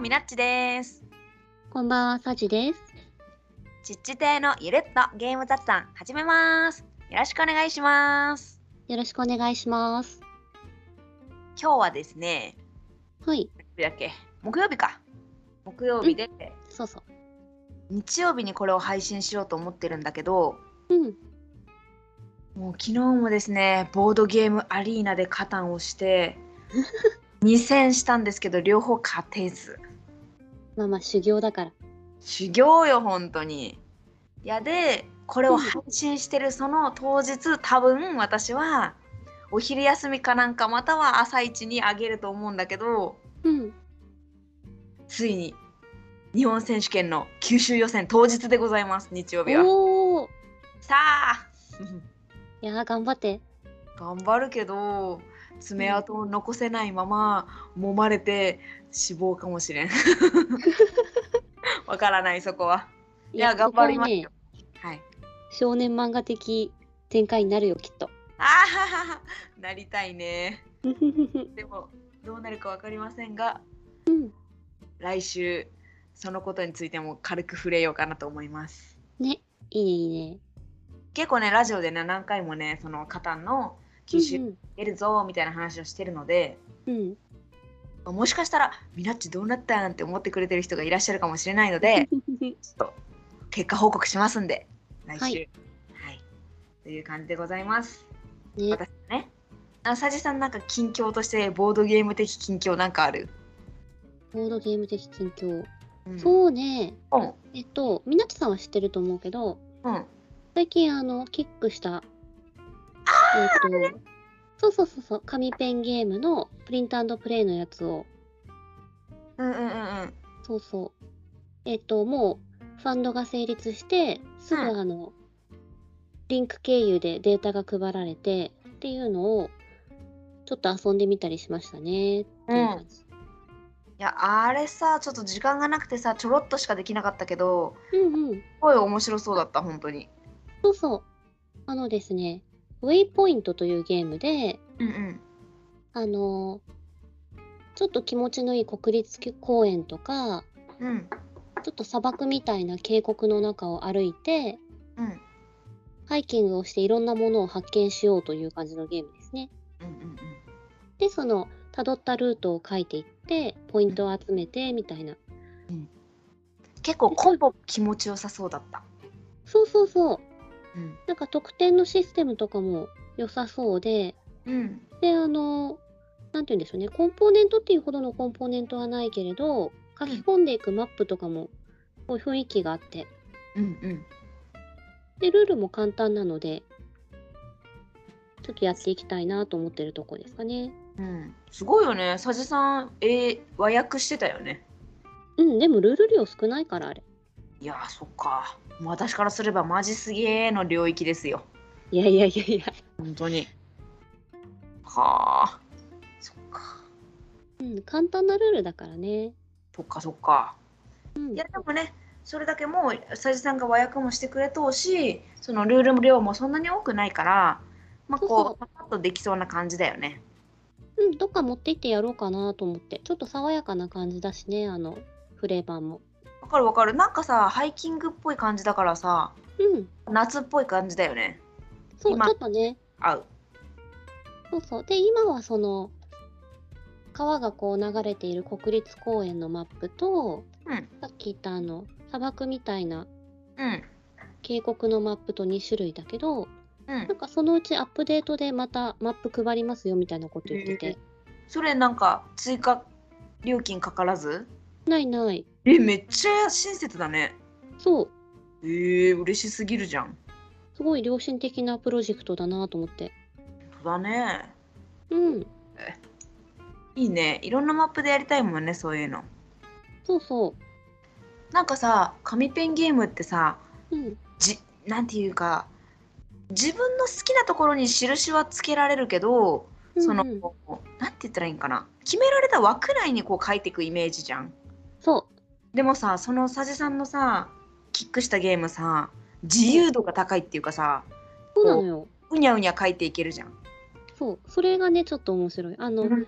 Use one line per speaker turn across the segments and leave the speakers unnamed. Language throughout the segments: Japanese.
みなっちです。
こんばんは、さじです。
ちっち亭のゆるっとゲーム雑談始めます。よろしくお願いします。
よろしくお願いします。
今日はですね、
はい、
いつだっけ木曜日か。木曜日で、
そうそう。
日曜日にこれを配信しようと思ってるんだけど、
うん、
もう昨日もですね、ボードゲームアリーナでカタンを して、2戦したんですけど、両方勝てず。
まあまあ修行だから。
修行よ本当にいやでこれを配信してるその当日多分私はお昼休みかなんかまたは朝一にあげると思うんだけど
うん、
ついに日本選手権の九州予選当日でございます日曜日は
おお、
さあ
いやー、頑張って。
頑張るけど爪痕を残せないまま揉まれて死亡かもしれん わからないそこはいや頑張りますよ
そこ
はい
はね少年漫画的展開になるよ、きっと。
ああ なりたい ねでもどうなるか分かりませんが、
うん
来週そのことについても軽く触れようかなと思います
ね、いいね、いいね。
結構ねラジオでね何回もねそのカタンの九州
うん
出るぞみたいな話をしてるので、
うん、うん。
もしかしたらミナッチどうなったんって思ってくれてる人がいらっしゃるかもしれないの で ちょっと結果報告しますんで来週
は
はいい、という感じでございます
ね、
私ねあさじさんなんか近況としてボードゲーム的近況なんかある、
ボードゲーム的近況。
うん、
そうね、
うん
えっと、みなちさんは知ってると思うけど、
うん
最近あのキックしたえっ、とそうそうそうそう紙ペンゲームのプリントプレイのやつを
うんうんうんうん
そうそうえっ、ともうファンドが成立してすぐ
うん
あの、リンク経由でデータが配られてっていうのをちょっと遊んでみたりしましたねっていう感じ
いやあれさちょっと時間がなくてさちょろっとしかできなかったけど
うんうん
すごい面白そうだった本当に
そうそうあのですねウェイポイントというゲームで
うんうん
あのちょっと気持ちのいい国立公園とか
うん
ちょっと砂漠みたいな渓谷の中を歩いて
うんうん
ハイキングをしていろんなものを発見しようという感じのゲームですね。
うん
でその辿ったルートを書いていってポイントを集めてみたいな
結構コンボ気持ちよさそうだった
そうそうそう
うん
なんか得点のシステムとかも良さそうで
うん
であのなんて言うんでしょうねコンポーネントっていうほどのコンポーネントはないけれど書き込んでいくマップとかもこういう雰囲気があって
うんうん
でルールも簡単なのでちょっとやっていきたいなと思ってるとこですかね。
うんすごいよねさじさんえー和訳してたよね
うん、でもルール量少ないからあれ。
いやーそっかもう私からすればマジすげーの領域ですよ
いやいやいやいや。
本当にはあそっか
うん、簡単なルールだからね。
そっかそっか
うん
いや、でもねそれだけもうさじさんが和訳もしてくれとうしそのルール量もそんなに多くないからまあ
そうそ
こ
う
うパパッとできそうな感じだよね
うん、どっか持って行ってやろうかなと思って。ちょっと爽やかな感じだしね、あの、フレーバーも。
わかるわかるなんかさハイキングっぽい感じだからさ
うん、
夏っぽい感じだよね
そう、ち
今
ょっとね。
合う
そうそう。で、今はその、川がこう流れている国立公園のマップと、
うん
さっき言ったあの、砂漠みたいな
うん
渓谷のマップと2種類だけど、
うん
なんかそのうちアップデートでまたマップ配りますよみたいなこと言ってて。
それなんか追加料金かからず
ないない。
えめっちゃ親切だね
そう。
えー、嬉しすぎるじゃん
すごい良心的なプロジェクトだなと思って。
そうだね
うん、
いいねいろんなマップでやりたいもんねそういうの
そうそ
なんかさ紙ペンゲームってさ
う。うん、
じなんていうか自分の好きなところに印はつけられるけど、その
うんうん
なんて言ったらいいんかな決められた枠内にこう書いていくイメージじゃん
そ
でもさそのさじさんのさキックしたゲームさ自由度が高いっていうかさ
う、そうなのよ。
うにゃうにゃ書いていけるじゃん、
そう、それがね、ちょっと面白い。あの、
うん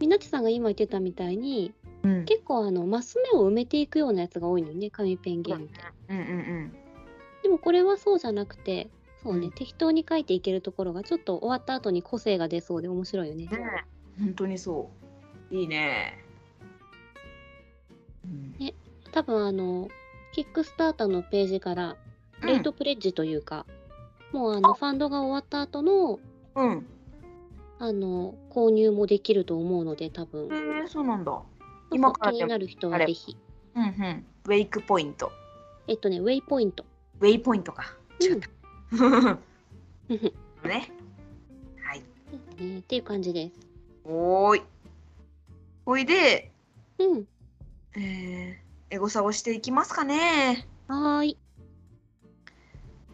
みなちさんが今言ってたみたいに、
うん
結構あのマス目を埋めていくようなやつが多いのよね紙ペンゲームって。
うんうん
でもこれはそうじゃなくてそう
う
ね、
ん
適当に書いていけるところがちょっと終わった後に個性が出そうで面白いよね。
うん。ね本当にそう。いいね。うん
多分あのキックスターターのページからレートプレッジというか、もうあの
あ
ファンドが終わった後の
うん。
あの購入もできると思うので多分、
えー、そうなんだ。今からで
気に
も
なる人はぜひ
うんうん。ウェイクポイント。
えっとねウェイポイント、
ウェイポイントか。違った。
うんね
ね。はい。
っていう感じです。
おーい。ほいで、
うん、
えー、エゴサをしていきますかね。
はーい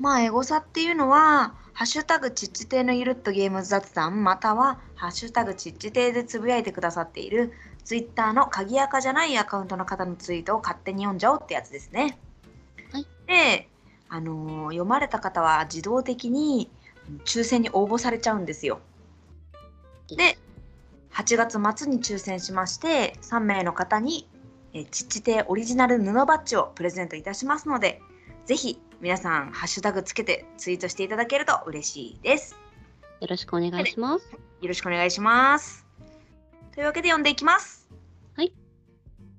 まあ、エゴサっていうのは、ハッシュタグちっち亭のゆるっとゲーム雑談、または、ハッシュタグちっち亭でつぶやいてくださっている、ツイッターの鍵アカじゃないアカウントの方のツイートを勝手に読んじゃおうってやつですね。
はい。
で、あのー読まれた方は自動的に抽選に応募されちゃうんですよ。で、8月末に抽選しまして、3名の方に、えー、ちっち亭オリジナル布バッジをプレゼントいたしますので、ぜひ皆さん、ハッシュタグつけてツイートしていただけると嬉しいです。
よろしくお願いします。
よろしくお願いします。というわけで読んでいきます。
はい。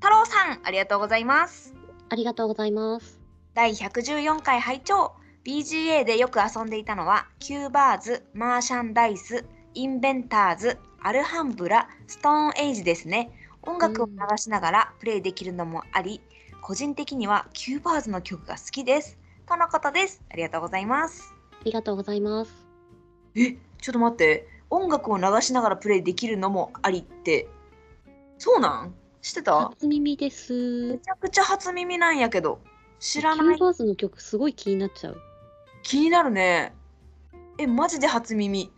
太郎さん、ありがとうございます。
ありがとうございます。
第114回拝聴 BGA でよく遊んでいたのはキューバーズマーシャンダイスインベンターズアルハンブラストーンエイジですね音楽を流しながらプレイできるのもあり、個人的にはキューバーズの曲が好きですとのことですありがとうございます
ありがとうございます。
えちょっと待って音楽を流しながらプレイできるのもありってそうなんしてた
初耳です。
めちゃくちゃ初耳なんやけど知ら
キ
な
ュ
い
ーバーズの曲すごい気になっちゃう。
気になるねえマジで初耳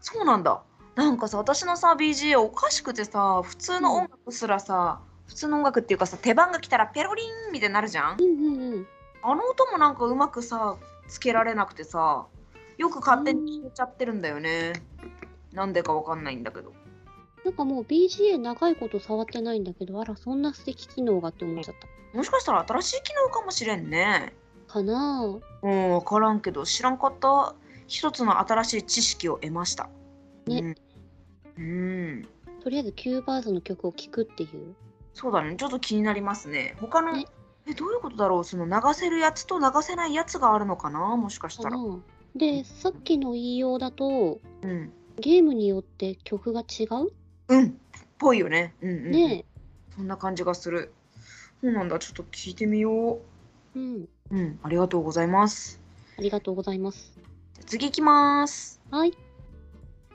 そうなんだなんかさ私のさ BGA おかしくてさ普通の音楽すらさ、普通の音楽っていうかさ手番が来たらペロリンみたいになるじゃん
うんうんうん。
あの音もなんかうまくさつけられなくてさよく勝手に消えちゃってるんだよねなんでかわかんないんだけど
なんかもう BGA 長いこと触ってないんだけど、あら、そんな素敵機能がって思っちゃった。
もしかしたら新しい機能かもしれんね
かなぁ。
うん分からんけど知らんかった一つの新しい知識を得ました
ね
うん、うん
とりあえずキューバーズの曲を聴くっていう。
そうだね、ちょっと気になりますね。他の
ね、
え、どういうことだろう、その流せるやつと流せないやつがあるのかな、もしかし
か
た
な
ら。
ぁで、さっきの言いようだと、
うん、
ゲームによって曲が違う
うん、ぽいよね。うん、うん、
ね
そんな感じがする。そうなんだ、ちょっと聞いてみよ
え。うん。
う。うん、ありがとうございます。
ありがとうございます。
じゃあ次行きます。
はい。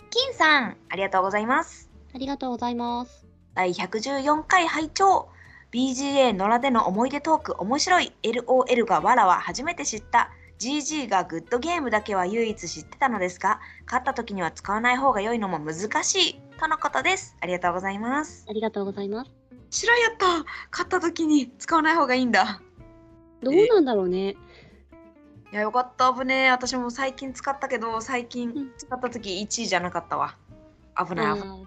金さん、ありがとうございます。
ありがとうございます。
第114回拝聴 BGA 野良での思い出トーク面白い LOL がわらわ初めて知った GG がグッドゲームだけは唯一知ってたのですが勝った時には使わない方が良いのも難しいとのことですありがとうございます
ありがとうございます。
知らんやった勝った時に使わない方がいいんだ
どうなんだろうね。
いやよかった危ねえ私も最近使ったけど最近使った時1位じゃなかったわ危ない
あ
危ない
ー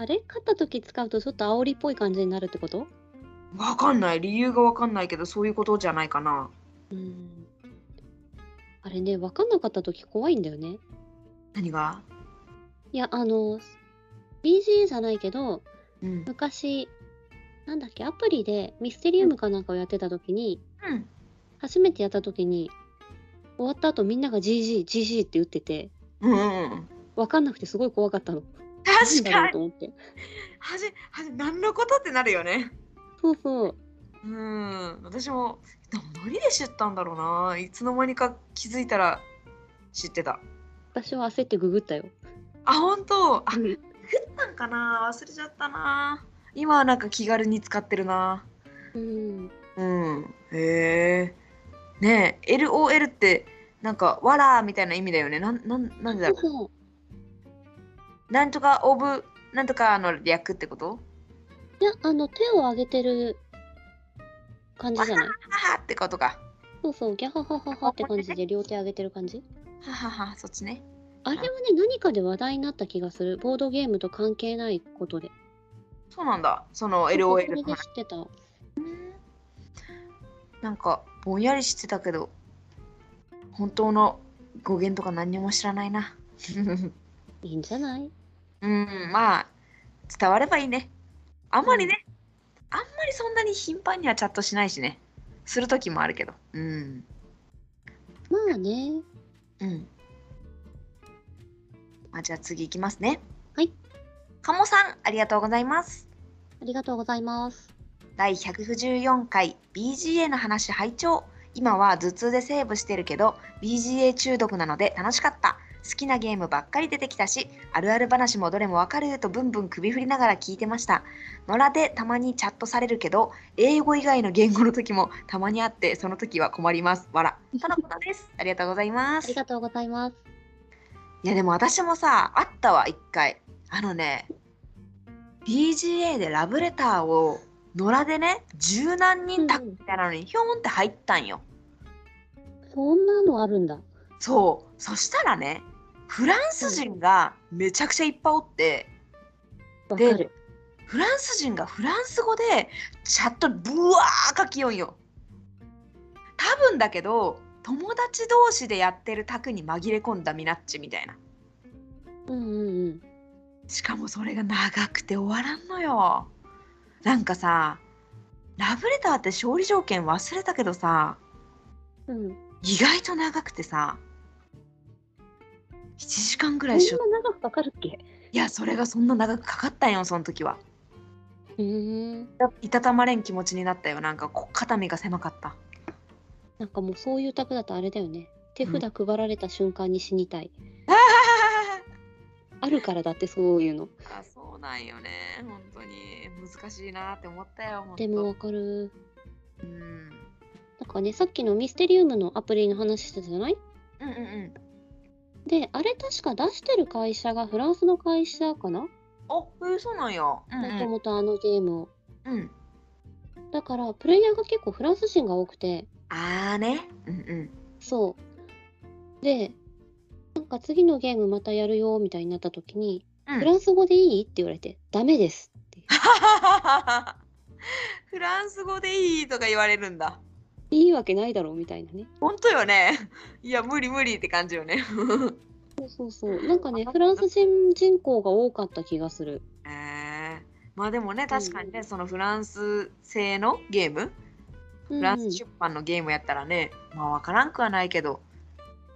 あれ勝った時使うとちょっと煽りっぽい感じになるってこと
わかんない理由がわかんないけどそういうことじゃないかな
うんあれね、分かんなかった時怖いんだよね。
何が
いや、あの、BGA じゃないけど、
うん
昔、なんだっけ、アプリでミステリウムかなんかをやってた時に、
うん
初めてやった時に、終わった後みんなが GG、GG って打ってて、
うんうんうん
分かんなくてすごい怖かったの。
確
な
か
んだろう
に
と思って。
はじはじ何のことってなるよね
そうそう。
うん私もでも何で知ったんだろうないつの間にか気づいたら知ってた
私は焦ってググったよ。
あ本当あ
うん
なんかな忘れちゃったな今はなんか気軽に使ってるな
うん。
うんへえねえ LOL ってなんか「わら」みたいな意味だよねなんなんなんでだろ
そう
う
そう。
なんとかオブなんとかの略ってこと
いや、あの、手を上げてる感じじゃない
ははってことか
そうそう、ギャハハハハって感じで両手上げてる感じ
はははそっちね
あれはね、何かで話題になった気がする。ボードゲームと関係ないことで。
そうなんだその
そうそう
LOL
それ
の
で
話
知ってた。
なんかぼんやりしてたけど本当の語源とか何にも知らないな
いいんじゃない
うんまあ伝わればいいねあんまりね、あんまりそんなに頻繁にはチャットしないしねする時もあるけどうん
まあね。
うん。あじゃあ次いきますね。
はい。
カモさん、ありがとうございます。
ありがとうございます。
第154回 BGA の話拝聴。今は頭痛でセーブしてるけど、BGA 中毒なので楽しかった。好きなゲームばっかり出てきたし、あるある話もどれもわかるとブンブン首振りながら聞いてました。野良でたまにチャットされるけど、英語以外の言語の時もたまにあって、その時は困ります。わら。とのことです。ありがとうございま
あ
す
り。がとうございます。
いやでも私もさあったわ一回あのね BGA でラブレターを野良でね十何人宅みたいなのにひょんって入ったんよ、
そんなのあるんだ。
そうそしたらねフランス人がめちゃくちゃいっぱいおって
わか
で
る。
フランス人がフランス語でチャットブワー書きよんよ多分だけど友達同士でやってる宅に紛れ込んだミナッチみたいな
うんうんうん。
しかもそれが長くて終わらんのよなんかさラブレターって勝利条件忘れたけどさ
うん、
意外と長くてさ7時間ぐらいし
そ
ょ
んな長くかかるっけ
いやそれがそんな長くかかったんよその時は
うーん
いたたまれん気持ちになったよなんかこ肩身が狭かった
なんかもうそういう宅だとあれだよね手札配られた瞬間に死にたい、あるからだってそういうの
あそうなんよね本当に難しいなって思ったよ本当
でもわかる
うん
なんかねさっきのミステリウムのアプリの話してたじゃない
うんうんうん
であれ確か出してる会社がフランスの会社かな
あえーそうなんやう
もと
ん
もとあのゲームを
うん、うん、
だからプレイヤーが結構フランス人が多くて
ああねうんうん
そうでなんか次のゲームまたやるよみたいになった時に、
うん
フランス語でいいって言われてダメですって
フランス語でいいとか言われるんだ。
いいわけないだろうみたいなね
本当よね。いや、無理無理って感じよね。
そうそうなんかねフランス人人口が多かった気がする
えーまあでもね、確かにね、そのフランス製のゲーム、
フ
フランス出版のゲームやったらね、まあわからんくはないけど、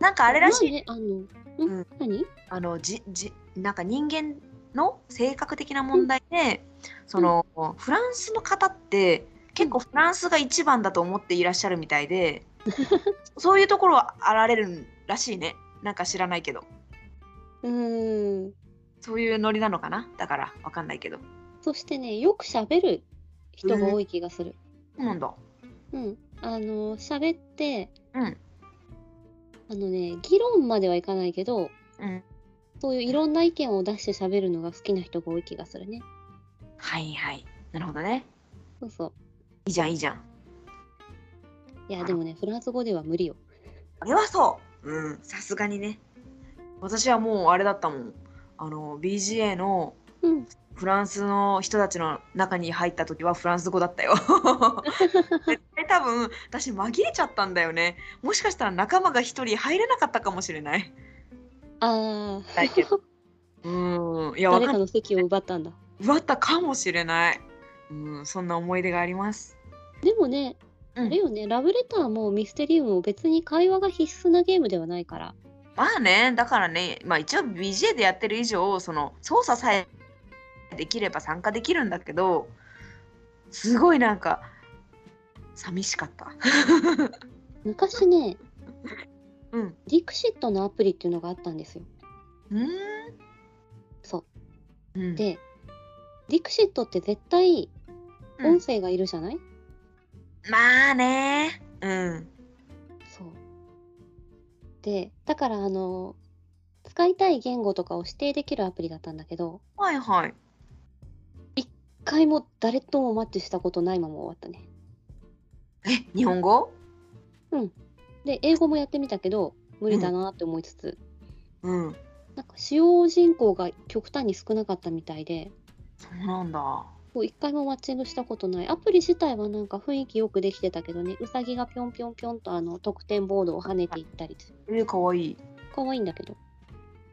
なんかあれらしい、
ね、あのん、
うん
何
あの、じ、じ、なんか人間の性格的な問題で、その、フランスの方って、結構フランスが一番だと思っていらっしゃるみたいで、そういうところはあられるらしいね。なんか知らないけど。
うーん
そういうノリなのかなだからわかんないけど。
そしてねよく喋る人が多い気がする
そうなんだ。
うん、あの喋って
うん。
あのね議論まではいかないけど
うん。
そういういろんな意見を出して喋るのが好きな人が多い気がするね
はいはい。なるほどね。
そうそ
いいじゃんいいじゃん。
ういやでもねフランス語では無理よ
あれはそう。うん。さすがにね。私はもうあれだったもん。あの BGA の
うん
フランスの人たちの中に入った時はフランス語だ ったよ。絶対多分私紛れちゃったんだよね。もしかしたら仲間が一人入れなかったかもしれない。
あー
ないけど。うん。いやわ
誰
かん
かの席を奪ったんだ
奪ったかもしれない。うん。そんな思い出があります。
でもね
う
あ
ん
れよね、ラブレターもミステリウムも別に会話が必須なゲームではないから。
まあね、だからね、まあ一応 BJ でやってる以上、その操作さえできれば参加できるんだけど、すごいなんか、寂しかった。
昔ね、
うん。う
ディクシットのアプリっていうのがあったんですよ。
ーん。
そ
うん
う。、で、ディクシットって絶対
うん
音声がいるじゃない、
まあね。うん。
そう。で、だからあの、使いたい言語とかを指定できるアプリだったんだけど、
はいはい。
一回も誰ともマッチしたことないまま終わったね。
え、日本語
で、英語もやってみたけど、無理だなって思いつつ、
うん。
なんか使用人口が極端に少なかったみたいで、
そうなんだ。
そう一回もマッチングしたことないアプリ自体はなんか雰囲気よくできてたけどねうさぎがぴょんぴょんぴょんとあの得点ボードを跳ねていったりする
えー、かわいい。
可愛いんだけど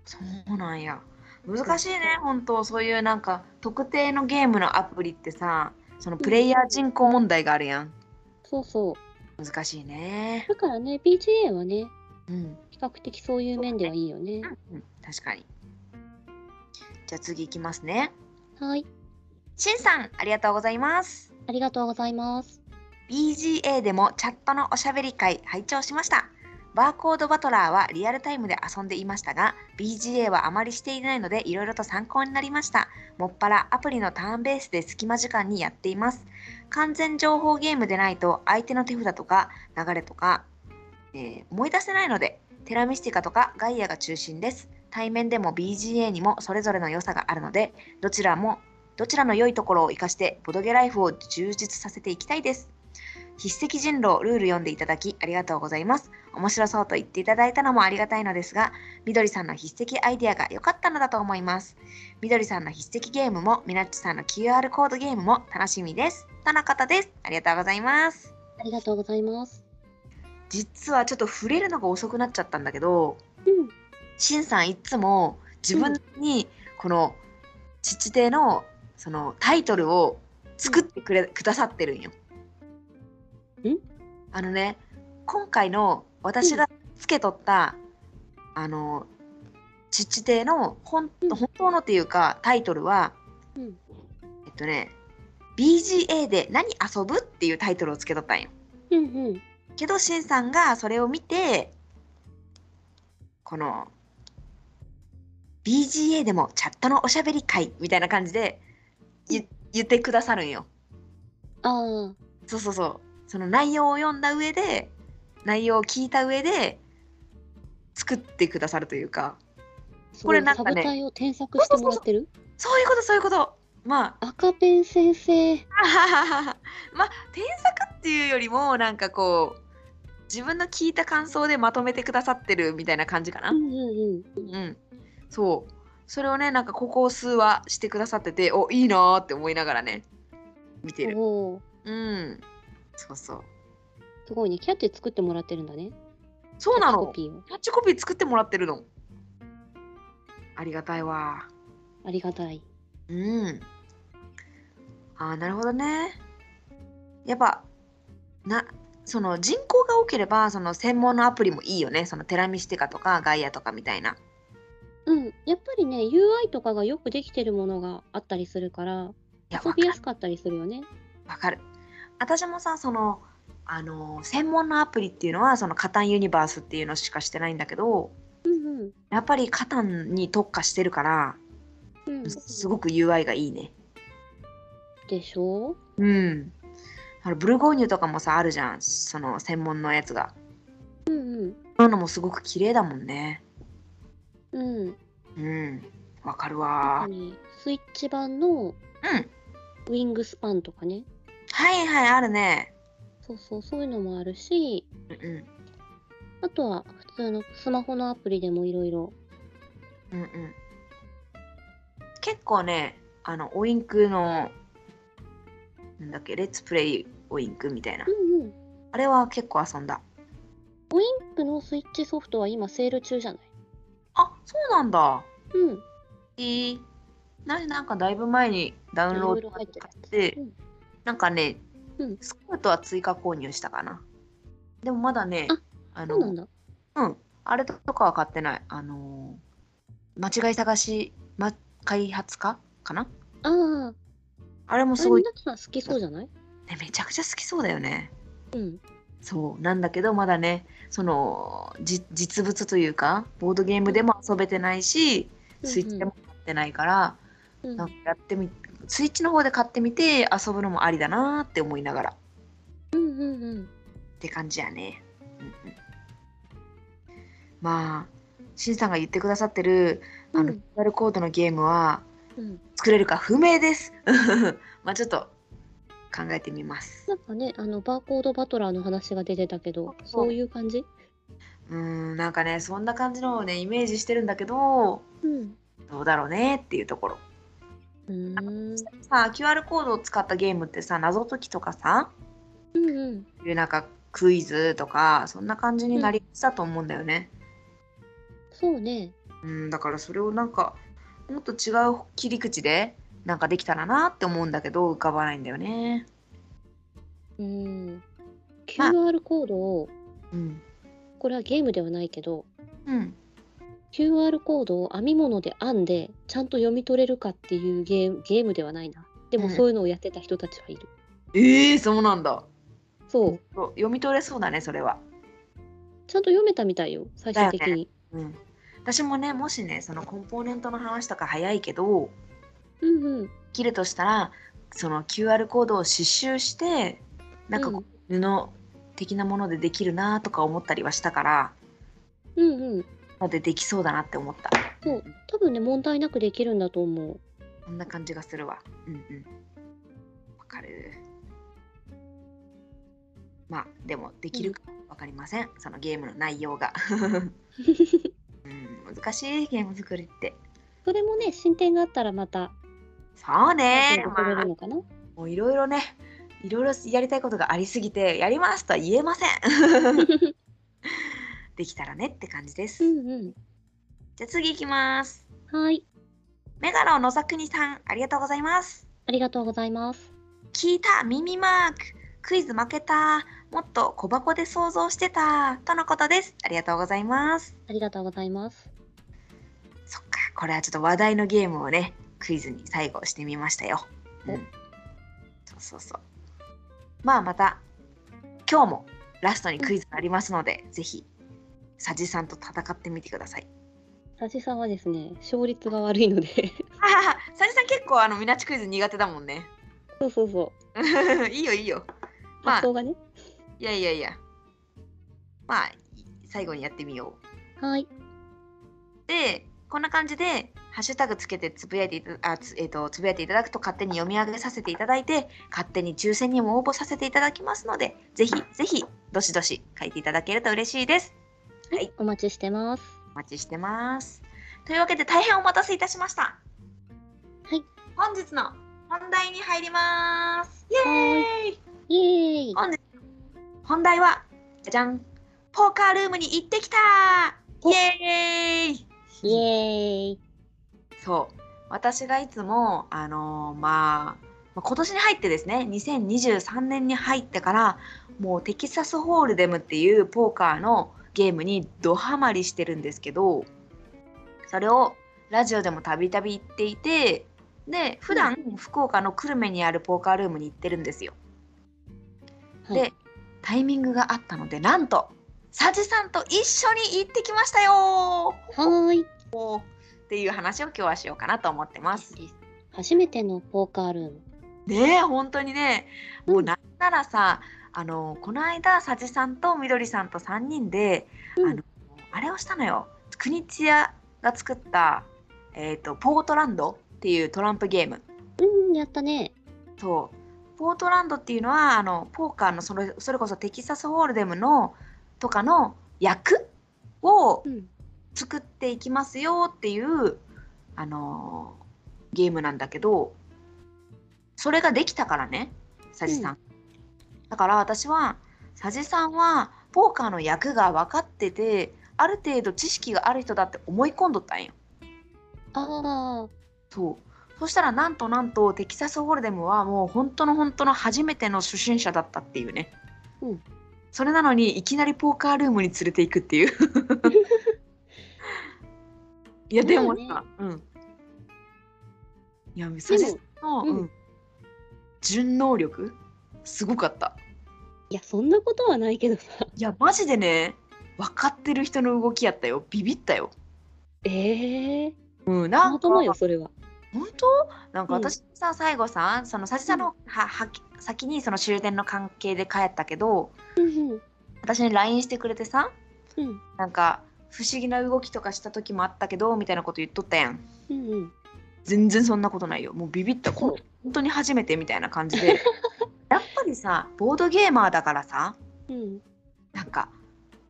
そうなんや。難しいね、本当そういうなんか特定のゲームのアプリってさ、そのプレイヤー人口問題があるやん。
そうそう
難しいね。
だからね PGA はね
うん。
比較的そういう面ではいいよね
うん、確かに。じゃあ次いきますね。
はい
しんさん、ありがとうございます。
ありがとうございます
BGA でもチャットのおしゃべり会拝聴しました。バーコードバトラーはリアルタイムで遊んでいましたが、BGA はあまりしていないのでいろいろと参考になりました。もっぱらアプリのターンベースで隙間時間にやっています。完全情報ゲームでないと相手の手札とか流れとか、えー思い出せないので、テラミスティカとかガイアが中心です。対面でも BGA にもそれぞれの良さがあるので、どちらもどちらの良いところを生かしてボドゲライフを充実させていきたいです。筆跡人狼ルール読んでいただきありがとうございます。面白そうと言っていただいたのもありがたいのですが、みどりさんの筆跡アイデアが良かったのだと思います。みどりさんの筆跡ゲームも、みなっちさんの QR コードゲームも楽しみです。とのことです。ありがとうございます。
ありがとうございます
実はちょっと触れるのが遅くなっちゃったんだけど、
うん
しんさんいつも自分にこの父手のそのタイトルを作ってくれくださってるんよ。
ん
あのね今回の私がつけとった、あの父手の本,、
うん
本当のっていうかタイトルは、
うん
えっとね BGA で何遊ぶっていうタイトルをつけとったんよ。
うんうん
けどしんさんがそれを見てこの BGA でもチャットのおしゃべり会みたいな感じで言言ってくださるんよ。
ああ
そうそうそうその内容を読んだ上で内容を聞いた上で作ってくださるというか
す
こ
ごい
れなんかね
サブ隊を添削してもらってる
そういうことそういうことまあ
赤ペン先生
あははははまあ添削っていうよりもなんかこう自分の聞いた感想でまとめてくださってるみたいな感じかな。
うんうんうん
うん、そうそれをねなんかここ数話してくださってておいいなーって思いながらね見てる
おー
うんそうそう
すごいねキャッチ作ってもらってるんだね
そうな
キャッチコ
の
ピーを
キャッチコピー作ってもらってるのありがたいわ
ありがたい
うんあーなるほどねやっぱなその人口が多ければその専門のアプリもいいよねそのテラミスティカとかガイアとかみたいな
うん、やっぱりね UI とかがよくできてるものがあったりするから
いや
遊
わか
び
る
やすかったりするよね。
わかる私もさそのあの専門のアプリっていうのはそのカタンユニバースっていうのしかしてないんだけど
うんうん
やっぱりカタンに特化してるから
うん、
すごく UI がいいね
でしょ
うんあのブルゴーニュとかもさあるじゃんその専門のやつが
うん
そういうのもすごく綺麗だもんね
うんうん
うんわかる
特
わ
にスイッチ版の
うん
ウィングスパンとかね
はいはいあるね
そうそうそういうのもあるし
うん
あとは普通のスマホのアプリでもいろいろ
うんうんうん結構ねあのオインクのなんだっけレッツプレイオインクみたいな
うんうん
あれは結構遊んだ。
僕のスイッチソフトは今セール中じゃない
あ、そうなんだ。
うん
えー、ななんかだいぶ前にダウンロード
いろいろ入ってる
買って、
うん
なんかね、
うん
スカウトは追加購入したかな。でもまだね、
あ
あ
そうなん
の、
だ
うん、あれとかは買ってない。あのー間違い探し、ま、開発家かな
ああ
あれも
あ
す
れ
ごい、
皆さん好きそうじゃない
ね、めちゃくちゃ好きそうだよね。
うん
そうなんだけどまだねそのじ実物というかボードゲームでも遊べてないし、スイッチでも買ってないから、
うん
なんかやってみスイッチの方で買ってみて遊ぶのもありだなーって思いながらっ
うんうんうん
て感じやね。うんうん、まあしんさんが言ってくださってるあの
うん
QR コードのゲームは
うん
作れるか不明です。 まあちょっと考えてみます。
なんかね、あのバーコードバトラーの話が出てたけど、
そう
そういう感じ。
うーんなんかねそんな感じのをねイメージしてるんだけど
うん。
どうだろうねっていうところ。
うーん
さ QR コードを使ったゲームってさ謎解きとかさ
うんうん
いうなんかクイズとかそんな感じになりがちだと思うんだよね、
そうね
うん、だからそれをなんかもっと違う切り口でなんかできたらなって思うんだけど浮かばないんだよね、
うん
まあ
QR コードを
うん
これはゲームではないけど
うん、
QR コードを編み物で編んでちゃんと読み取れるかっていうゲームゲームではないなで
う
も
ん
そういうのをやってた人たちはいる、
えー、そうなんだ
そう
そう読み取れそうだねそれは、
ちゃんと読めたみたいよ最終的に、
うん、私もねもしねそのコンポーネントの話とか早いけど
うんうん
できるとしたらその QR コードを刺繍してなんかこう、布的なものでできるなとか思ったりはしたから
うんうん
のでできそうだなって思った
そう多分ね問題なくできるんだと思う
そんな感じがするわうんうんわかるまあでもできるかわかりません、そのゲームの内容 が、うん、難しいゲーム作りって
それもね進展があったらまた
そうね
進展
ま
れ
あ
るのかな、
もういろいろねいろいろやりたいことがありすぎてやりますとは言えませんできたらねって感じです、
うん
じゃあ次いきます
うんはい
メガロ野沢国さんありがとうございます
ありがとうございます
聞いた耳マーククイズ負けたもっと小箱で想像してたとのことですありがとうございます
ありがとうございます
そっかこれはちょっと話題のゲームをねクイズに最後してみましたよ、うん、そうそうそうまあまた今日もラストにクイズがありますので、ぜひサジさんと戦ってみてください
サシさんはですね勝率が悪いので
あははサジさん結構あのみなちクイズ苦手だもんね
そうそうそう
いいよいいよまあ
発想がね、
いやいやいやまあい最後にやってみよう
はい
でこんな感じでハッシュタグつけてつぶやいていたあつ,、えー、とつぶやいていただくと勝手に読み上げさせていただいて勝手に抽選にも応募させていただきますのでぜひぜひどしどし書いていただけると嬉しいですはい
お待ちしてます
お待ちしてますというわけで大変お待たせいたしました
はい
本日の本題に入りますイエーイ
イエーイ
本日本題はじゃじゃんポーカールームに行ってきたイエーイ
イエーイ
そう私がいつもあのーまあまあ今年に入ってですね2023年に入ってからもうテキサスホールデムっていうポーカーのゲームにドハマりしてるんですけどそれをラジオでもたびたび言っていてで普段福岡の久留米にあるポーカールームに行ってるんですよ。
はい
でタイミングがあったのでなんとサジさんと一緒に行ってきましたよ
はーい
っていう話を今日はしようかなと思ってます。
初めてのポーカールーム
ねえ本当にねもう
うん
なんならさあのこの間さじさんとみどりさんと3人で、
うん
あのあれをしたのよ国津屋が作った、えーとポートランドっていうトランプゲーム
うんやったね
とポートランドっていうのはあのポーカーのそれそれこそテキサスホールデムのとかの役を
うん
作っていきますよっていう、あのーゲームなんだけどそれができたからねさじさん、だから私はさじさんはポーカーの役が分かっててある程度知識がある人だって思い込んどったんよ
ああ
そうそしたらなんとなんとテキサスホールデムはもう本当の本当の初めての初心者だったっていうね、
うん
それなのにいきなりポーカールームに連れていくっていう いやでもさ、うんいやサジさんの、
うん
うん順能力すごかった
いやそんなことはないけどさ
いやマジでね分かってる人の動きやったよビビったよ
ええー、
うん
た
な
ま
ん
た
か
まよそれは
本当なんか
うん
私さ、最後さそのさじさんのはは先にその終電の関係で帰ったけど
うんうん
私に LINE してくれてさ
うん
なんか不思議な動きとかした時もあったけどみたいなこと言っとったやん
うんうん
全然そんなことないよもうビビったこ
そ
の本当に初めてみたいな感じで やっぱりさボードゲーマーだからさ
ううん
なんか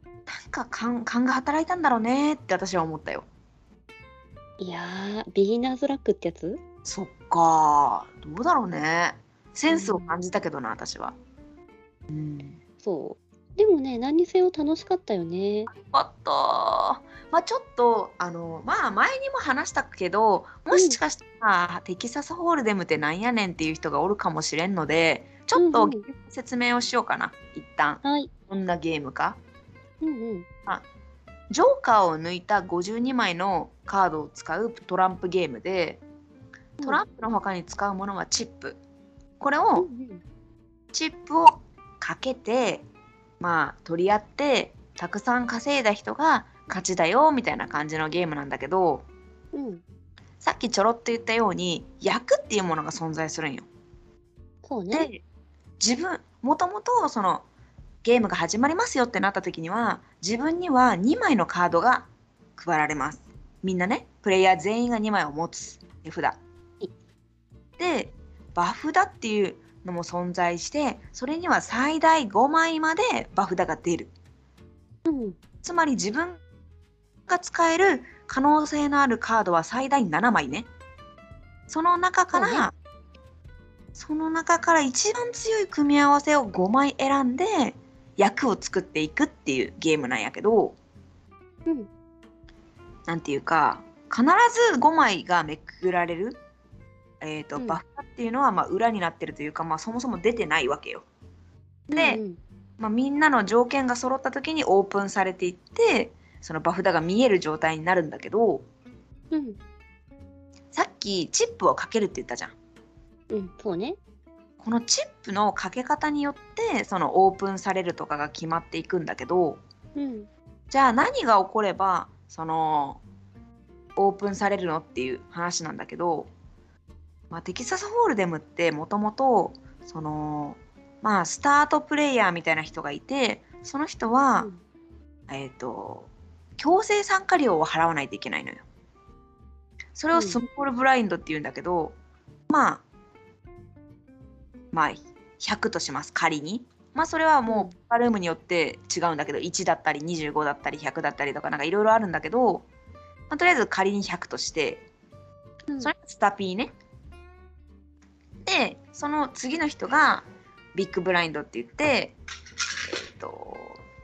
なんか勘勘が働いたんだろうねって私は思ったよ
いやービギナーズラックってやつ
そうかどうだろうねセンスを感じたけどな私はうん
そう。でもね、何にせよ楽しかったよね。
あったまあちょっとあのまあ前にも話したけどもしかしたら、テキサスホールデムってなんやねんっていう人がおるかもしれんのでちょっ
う
と
んうん
説明をしようかな一旦
はい。
どんなゲームか
うんうん。
ジョーカーを抜いた52枚のカードを使うトランプゲームでトランプの他に使うものはチップこれを、
うんうん
チップをかけてまあ取り合ってたくさん稼いだ人が勝ちだよみたいな感じのゲームなんだけど
うん。
さっきちょろっと言ったように役っていうものが存在するんよ。
そうね。
で自分もともとそのゲームが始まりますよってなった時には自分には2枚のカードが配られます。みんなねプレイヤー全員が2枚を持つ手札。でバフだっていうのも存在してそれには最大5枚までバフだが出る。
うん。
つまり自分が使える可能性のあるカードは最大7枚ね。その中から、
そう
その中から一番強い組み合わせを5枚選んで役を作っていくっていうゲームなんやけど、
うん
なんていうか必ず5枚がめくられる、えーと
うん
バッファっていうのはまあ裏になってるというか、まあ、そもそも出てないわけよ。で、
うんうん
まあ、みんなの条件が揃った時にオープンされていってそのバフダが見える状態になるんだけど
うん。
さっきチップをかけるって言ったじゃん。
うん。そうね。
このチップのかけ方によってそのオープンされるとかが決まっていくんだけど
うん。
じゃあ何が起こればそのオープンされるのっていう話なんだけど、まあ、テキサスホールデムってもともとそのまあスタートプレイヤーみたいな人がいてその人は、
うん
えー、と強制参加料を払わないといけないのよ。それ
う
を
ん
スモールブラインドって言うんだけど、まあまあ100とします仮に。まあそれは
う
も
ん
うパルームによって違うんだけど1だったり25だったり100だったりとかなんかいろいろあるんだけど、まあ、とりあえず仮に100として
うん
それがスタピーね。でその次の人がビッグブラインドって言って、えっと、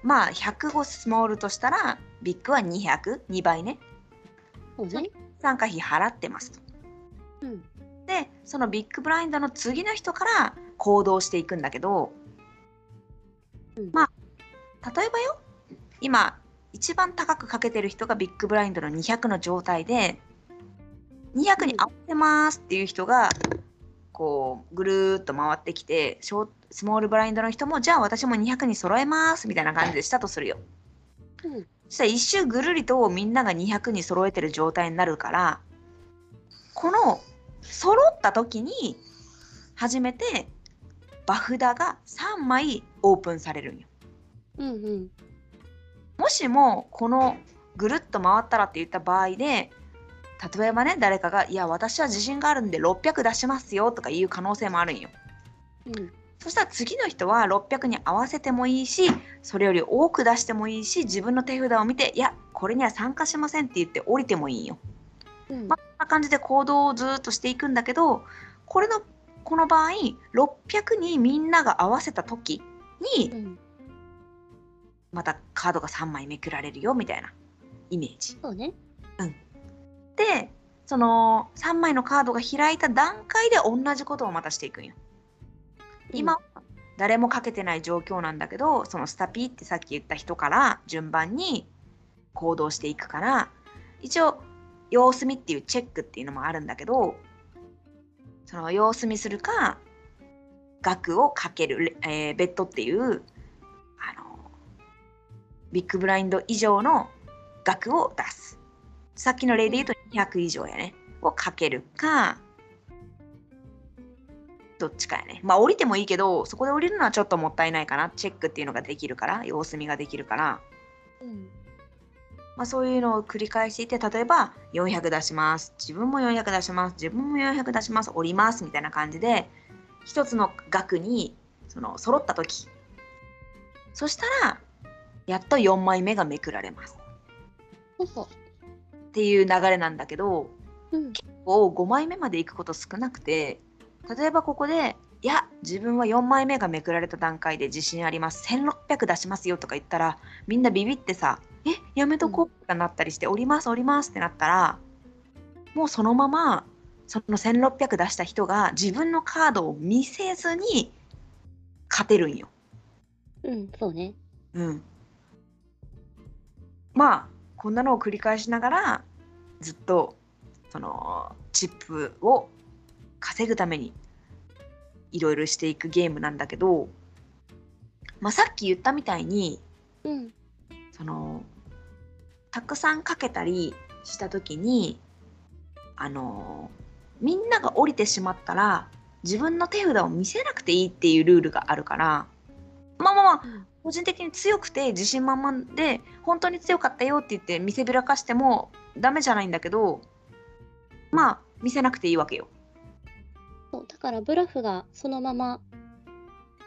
まあ105スモールとしたらビッグは2002倍ね
そうね。
参加費払ってますと。
うん。
でそのビッグブラインドの次の人から行動していくんだけど、
うん
まあ例えばよ今一番高くかけてる人がビッグブラインドの200の状態で200に合わせますっていう人がこうぐるーっと回ってきてショースモールブラインドの人もじゃあ私も200に揃えますみたいな感じでしたとするよ。
うん。
そしたら一周ぐるりとみんなが200に揃えてる状態になるからこの揃った時に初めてバフダが3枚オープンされるんよ。
うんうん。
もしもこのぐるっと回ったらって言った場合で例えばね誰かが「いや私は自信があるんで600出しますよ」とか言う可能性もあるんよ。
うん。
そしたら次の人は600に合わせてもいいしそれより多く出してもいいし自分の手札を見ていやこれには参加しませんって言って降りてもいいんよ。
うん
まあ、こんな感じで行動をずーっとしていくんだけどこれのこの場合600にみんなが合わせた時に
うん。
またカードが3枚めくられるよみたいなイメージ。
そうね。
でその3枚のカードが開いた段階で同じことをまたしていくんよ。
うん
今は誰もかけてない状況なんだけどそのスタピーってさっき言った人から順番に行動していくから一応様子見っていうチェックっていうのもあるんだけどその様子見するか額をかける、えーベッドっていうあのビッグブラインド以上の額を出すさっきの例で言うと200以上やねをかけるかどっちかやね。まあ降りてもいいけど、そこで降りるのはちょっともったいないかな。チェックっていうのができるから、様子見ができるから、
うん。
まあそういうのを繰り返していて、例えば400出します。自分も400出します。自分も400出します。降ります。みたいな感じで、一つの額にその揃った時そしたら、やっと4枚目がめくられます。
そうそ
っていう流れなんだけど、
う。うん
を5枚目まで行くこと少なくて例えばここで「いや自分は4枚目がめくられた段階で自信あります1600出しますよ」とか言ったらみんなビビってさ「えやめとこう」とかなったりして「おりますおります」ってなったらもうそのままその1600出した人が自分のカードを見せずに勝てるんよ。
うん、そうね。
うん、まあこんなのを繰り返しながらずっとそのチップを稼ぐためにいろいろしていくゲームなんだけど、まあ、さっき言ったみたいに
うん、
そのたくさんかけたりした時にあのみんなが降りてしまったら自分の手札を見せなくていいっていうルールがあるからまあまあまあ個人的に強くて自信満々で本当に強かったよって言って見せびらかしてもダメじゃないんだけどまあ見せなくていいわけよ。
そうだからブラフがそのまま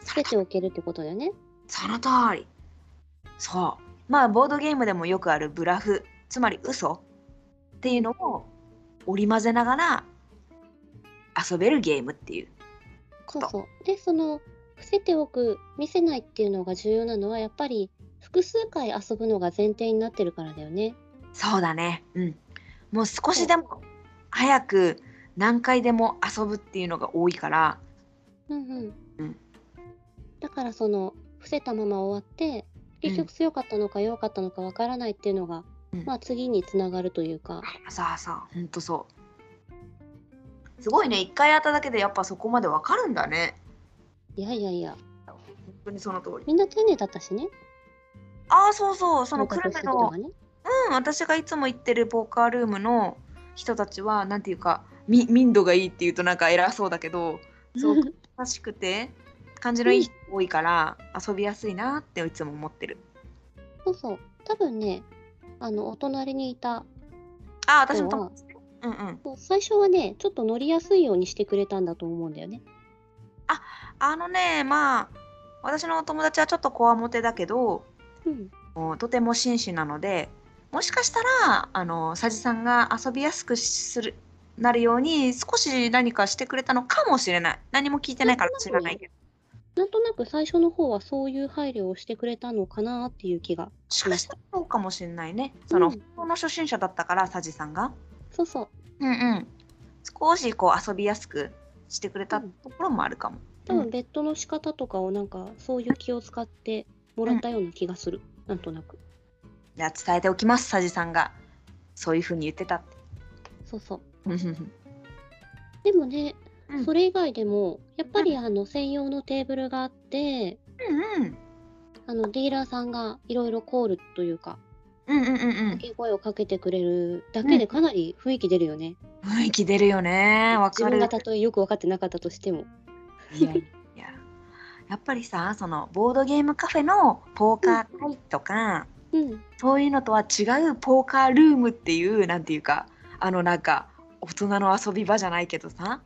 つけておけるってことだよね。
その通りそうまあボードゲームでもよくあるブラフつまり嘘っていうのを織り交ぜながら遊べるゲームっていう
そうそう。でその伏せておく見せないっていうのが重要なのはやっぱり複数回遊ぶのが前提になってるからだよね。
そうだねうんもう少しでも早く何回でも遊ぶっていうのが多いから
うんうん。
うん
だからその伏せたまま終わって結
うん
局強かったのか弱かったのかわからないっていうのが、
うん
まあ次につながるというか。
そうそうほんとそうすごいね一回やっただけでやっぱそこまでわかるんだね
いやいやいや
本当にその通り
みんな丁寧だったしね。
ああそうそうその
到
久
達
留
して
米
たの
の
がね。
うん、私がいつも行ってるポーカールームの人たちはなんていうかみ民度がいいっていうとなんか偉そうだけどそう優しくて感じのいい人多いから遊びやすいなっていつも思ってる。
そうそう。多分ねあのお隣にいた
あ私も友達ねうんうん、
そう最初はねちょっと乗りやすいようにしてくれたんだと思うんだよね。
あのねまあ私のお友達はちょっとこわもてだけど
うん、
もうとても紳士なのでもしかしたらあの佐治さんが遊びやすくするなるように少し何かしてくれたのかもしれない何も聞いてないから知らないけど
なんとなく最初の方はそういう配慮をしてくれたのかなっていう気が
しかしたらそうかもしれないね。その、
うん
本当の初心者だったから、サジさんが。
そうそう
うんうん。少しこう遊びやすくしてくれたところもあるかも。
多分ベッドの仕方とかをなんかそういう気を使ってもらったような気がする、なんとなく
じゃあ伝えておきます、サジさんが。そういうふうに言ってたって。
そうそう
うんうん
でもね、
うん
それ以外でもやっぱりあの専用のテーブルがあって
うん。
あのディーラーさんがいろいろコールというか
うんうんうんうん
掛け声をかけてくれるだけでかなり雰囲気出るよね、
雰囲気出るよね。わ
自
か
分
る
が。たとえよく分かってなかったとしても
いやいややっぱりさ、そのボードゲームカフェのポーカー会とか、
うん
そういうのとは違うポーカールームっていう、なんていうか、あのなんか、大人の遊び場じゃないけどさ、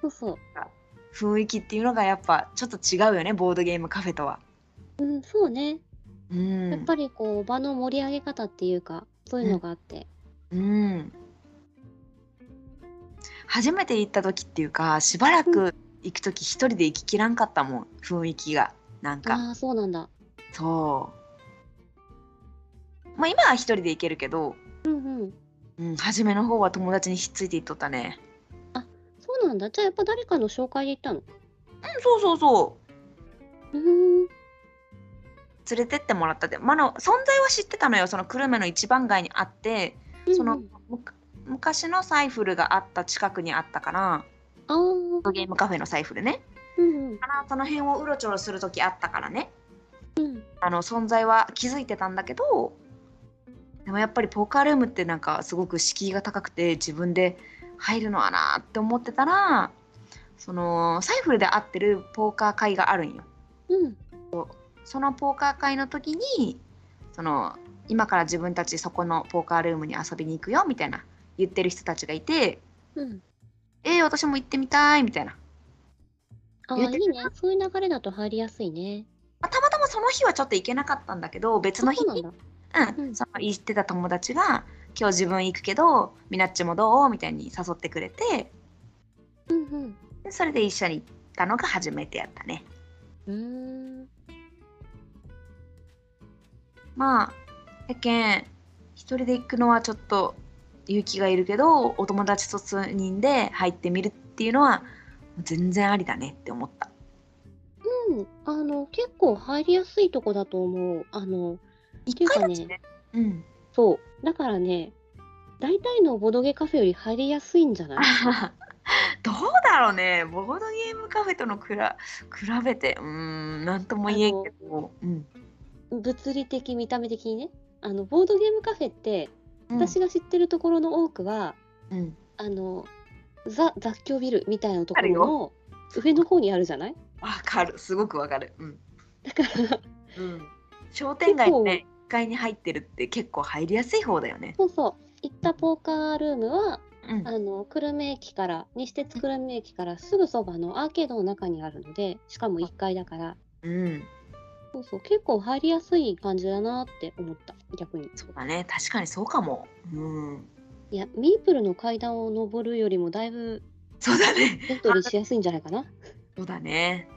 そうそう
雰囲気っていうのがやっぱちょっと違うよねボードゲームカフェとは。
うん、そうね。
うん、
やっぱりこう場の盛り上げ方っていうか、そういうのがあって。
うん、初めて行った時っていうかしばらく行く時一人で行ききらんかったもん雰囲気がなんか、
ああ、そうなんだ。
そうまあ今は一人で行けるけど、
うんうん。
うん、初めの方は友達にひっついていっとったね
そうなんだ。じゃあやっぱ誰かの紹介で行ったの。
うんそうそうそう
うーん。
連れてってもらったって、まあ、あの存在は知ってたのよその久留米の一番街にあってその、
うんうん
むか昔のサイフルがあった近くにあったから
ああ、
ゲームカフェのサイフルね
うんうん。
あらその辺をうろちょろする時あったからね
うん。
あの存在は気づいてたんだけどでもやっぱりポーカールームってなんかすごく敷居が高くて自分で入るのはなーって思ってたらそのサイフルで会ってるポーカー会があるんよ
うん。
そのポーカー会の時にその今から自分たちそこのポーカールームに遊びに行くよみたいな言ってる人たちがいて
うん。
えー、私も行ってみたいみたいな、
ああ、い
言って
いね。そういう流れだと入りやすいね。
まあ、たまたまその日はちょっと行けなかったんだけど別の日
そうなん
に
だ。
うん
うん
その行ってた友達が「今日自分行くけどみなっちもどうみたいに誘ってくれて
うん
でそれで一緒に行ったのが初めてやったね
うん。うーん。
まあやけん一人で行くのはちょっと勇気がいるけどお友達と数人で入ってみるっていうのは全然ありだねって思った
うん、あの、結構入りやすいとこだと思う。あの、
一回だしねうん
そう。だからね、大体のボドゲカフェより入りやすいんじゃない
あどうだろうねボードゲームカフェとのくら比べてうーんなんとも言えんけど、うん、
物理的、見た目的にね。あの、ボードゲームカフェって、
うん
私が知ってるところの多くは、
うん、
あの、ザ雑居ビルみたいなところ
ある
の上の方にあるじゃない
わかるすごくわか る、うん
だから、
うん、商店街ね1階に入ってるって結構入りやすい方だよね、
そうそう。行ったポーカールームは、
うん、
あの久留米駅から西鉄久留米駅からすぐそばのアーケードの中にあるのでしかも1階だから
うん
そうそう結構入りやすい感じだなって思った逆に
そうだね確かにそうかもうん
いやミープルの階段を上るよりもだいぶ
そうだね
エントリーしやすいんじゃないかな
そうだね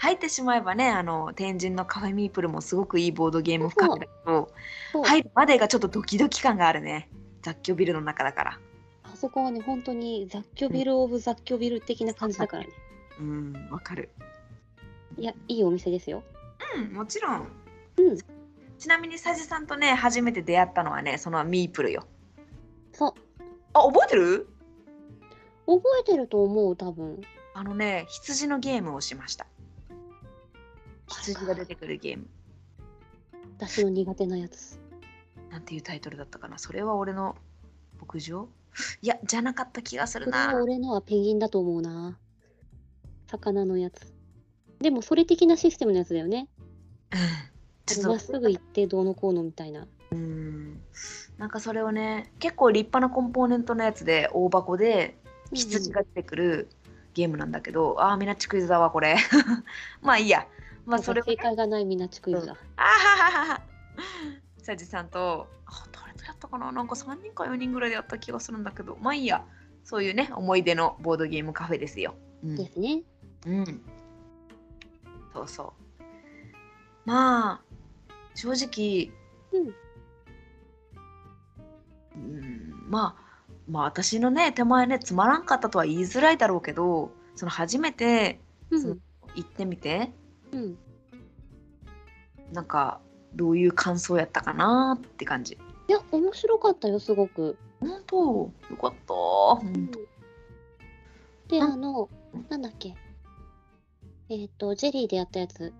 入ってしまえばねあの天神のカフェミープルもすごくいいボードゲームカフェだけど
そう
入るまでがちょっとドキドキ感があるね雑居ビルの中だから
あそこはね本当に雑居ビルオブ雑居ビル的な感じだからね
うんわかる
いやいいお店ですよ
うんもちろん
うん
ちなみにさじさんとね初めて出会ったのはねそのミープルよ
そう
あ覚えてる
覚えてると思う多分
あのね羊のゲームをしました羊が出てくるゲーム
私の苦手なやつ
なんていうタイトルだったかなそれは俺の牧場いやじゃなかった気がする
それは
な
俺のはペンギンだと思うな。魚のやつ。でもそれ的なシステムのやつだよね。
ち
ま
ょ
っ
っ
す
と
ぐ行ってどうのこうのみたいな。
うんなんかそれをね結構立派なコンポーネントのやつで大箱で羊が出てくるゲームなんだけど、ああみなっちクイズだわこれ まあいいやまあそれをね
正解がないみんなチクイズだ。
あははははさじさんとあ誰とやったかななんか3人か4人ぐらいでやった気がするんだけどまあいいやそういうね思い出のボードゲームカフェですよ、うん
ですね。
うん。そうそう。まあ、正直、
うん
うん、まあ、まあ私のね、手前ね、つまらんかったとは言いづらいだろうけど、その初めて
う。
そうん行ってみて、
うん。
なんか、どういう感想やったかなって感じ。
いや、面白かったよ、すごく。
本当よかった。ほんとう
で、
ん
あの、なんだっけ。えっ、と、ジェリーでやったやつ。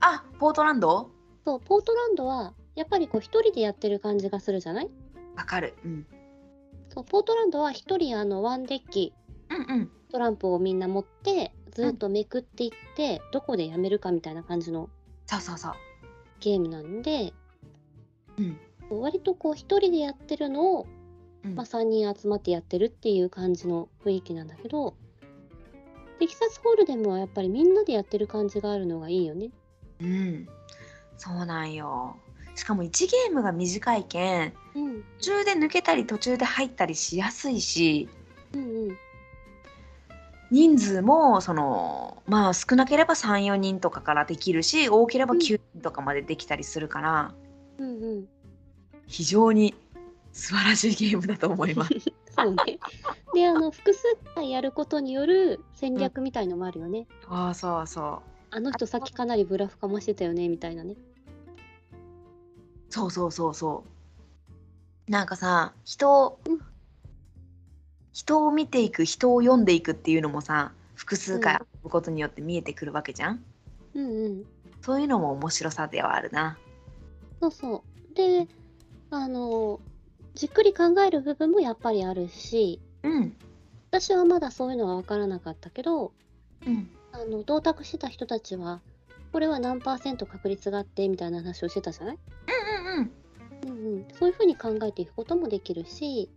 あ、ポートランド
そう、ポートランドは、やっぱりこう一人でやってる感じがするじゃない
わかる。うん。
そう、ポートランドは一人あの、ワンデッキ
うんうん。
トランプをみんな持ってずっとめくっていって、どこでやめるかみたいな感じの
そうそうそう。
ゲームなんで、
うん
割とこう一人でやってるのを、
うん
まあ、3人集まってやってるっていう感じの雰囲気なんだけどテキサスホールでもやっぱりみんなでやってる感じがあるのがいいよね。
うん、そうなんよ。しかも1ゲームが短いけん
うん、
途中で抜けたり途中で入ったりしやすいし
うん、うん
人数もそのまあ少なければ34人とかからできるし多ければ
うん
9人とかまでできたりするから、
うんうん
非常に素晴らしいゲームだと思います。
そう ね。であの複数回やることによる戦略みたいのもあるよね。
ああそうそう
あの人さっきかなりブラフかましてたよねみたいなね。
そうそうそうそうなんかさ人を、
うん
人を見ていく人を読んでいくっていうのもさ複数回遊ぶことによって見えてくるわけじゃん
うんうん、
そういうのも面白さではあるな。
そうそう。で、あの、じっくり考える部分もやっぱりあるし、
うん。
私はまだそういうのは分からなかったけど、
うん。
あの、同卓してた人たちは、これは何パーセント確率があってみたいな話をしてたじゃない、
うんうんうん。
うんうん、そういうふうに考えていくこともできるし、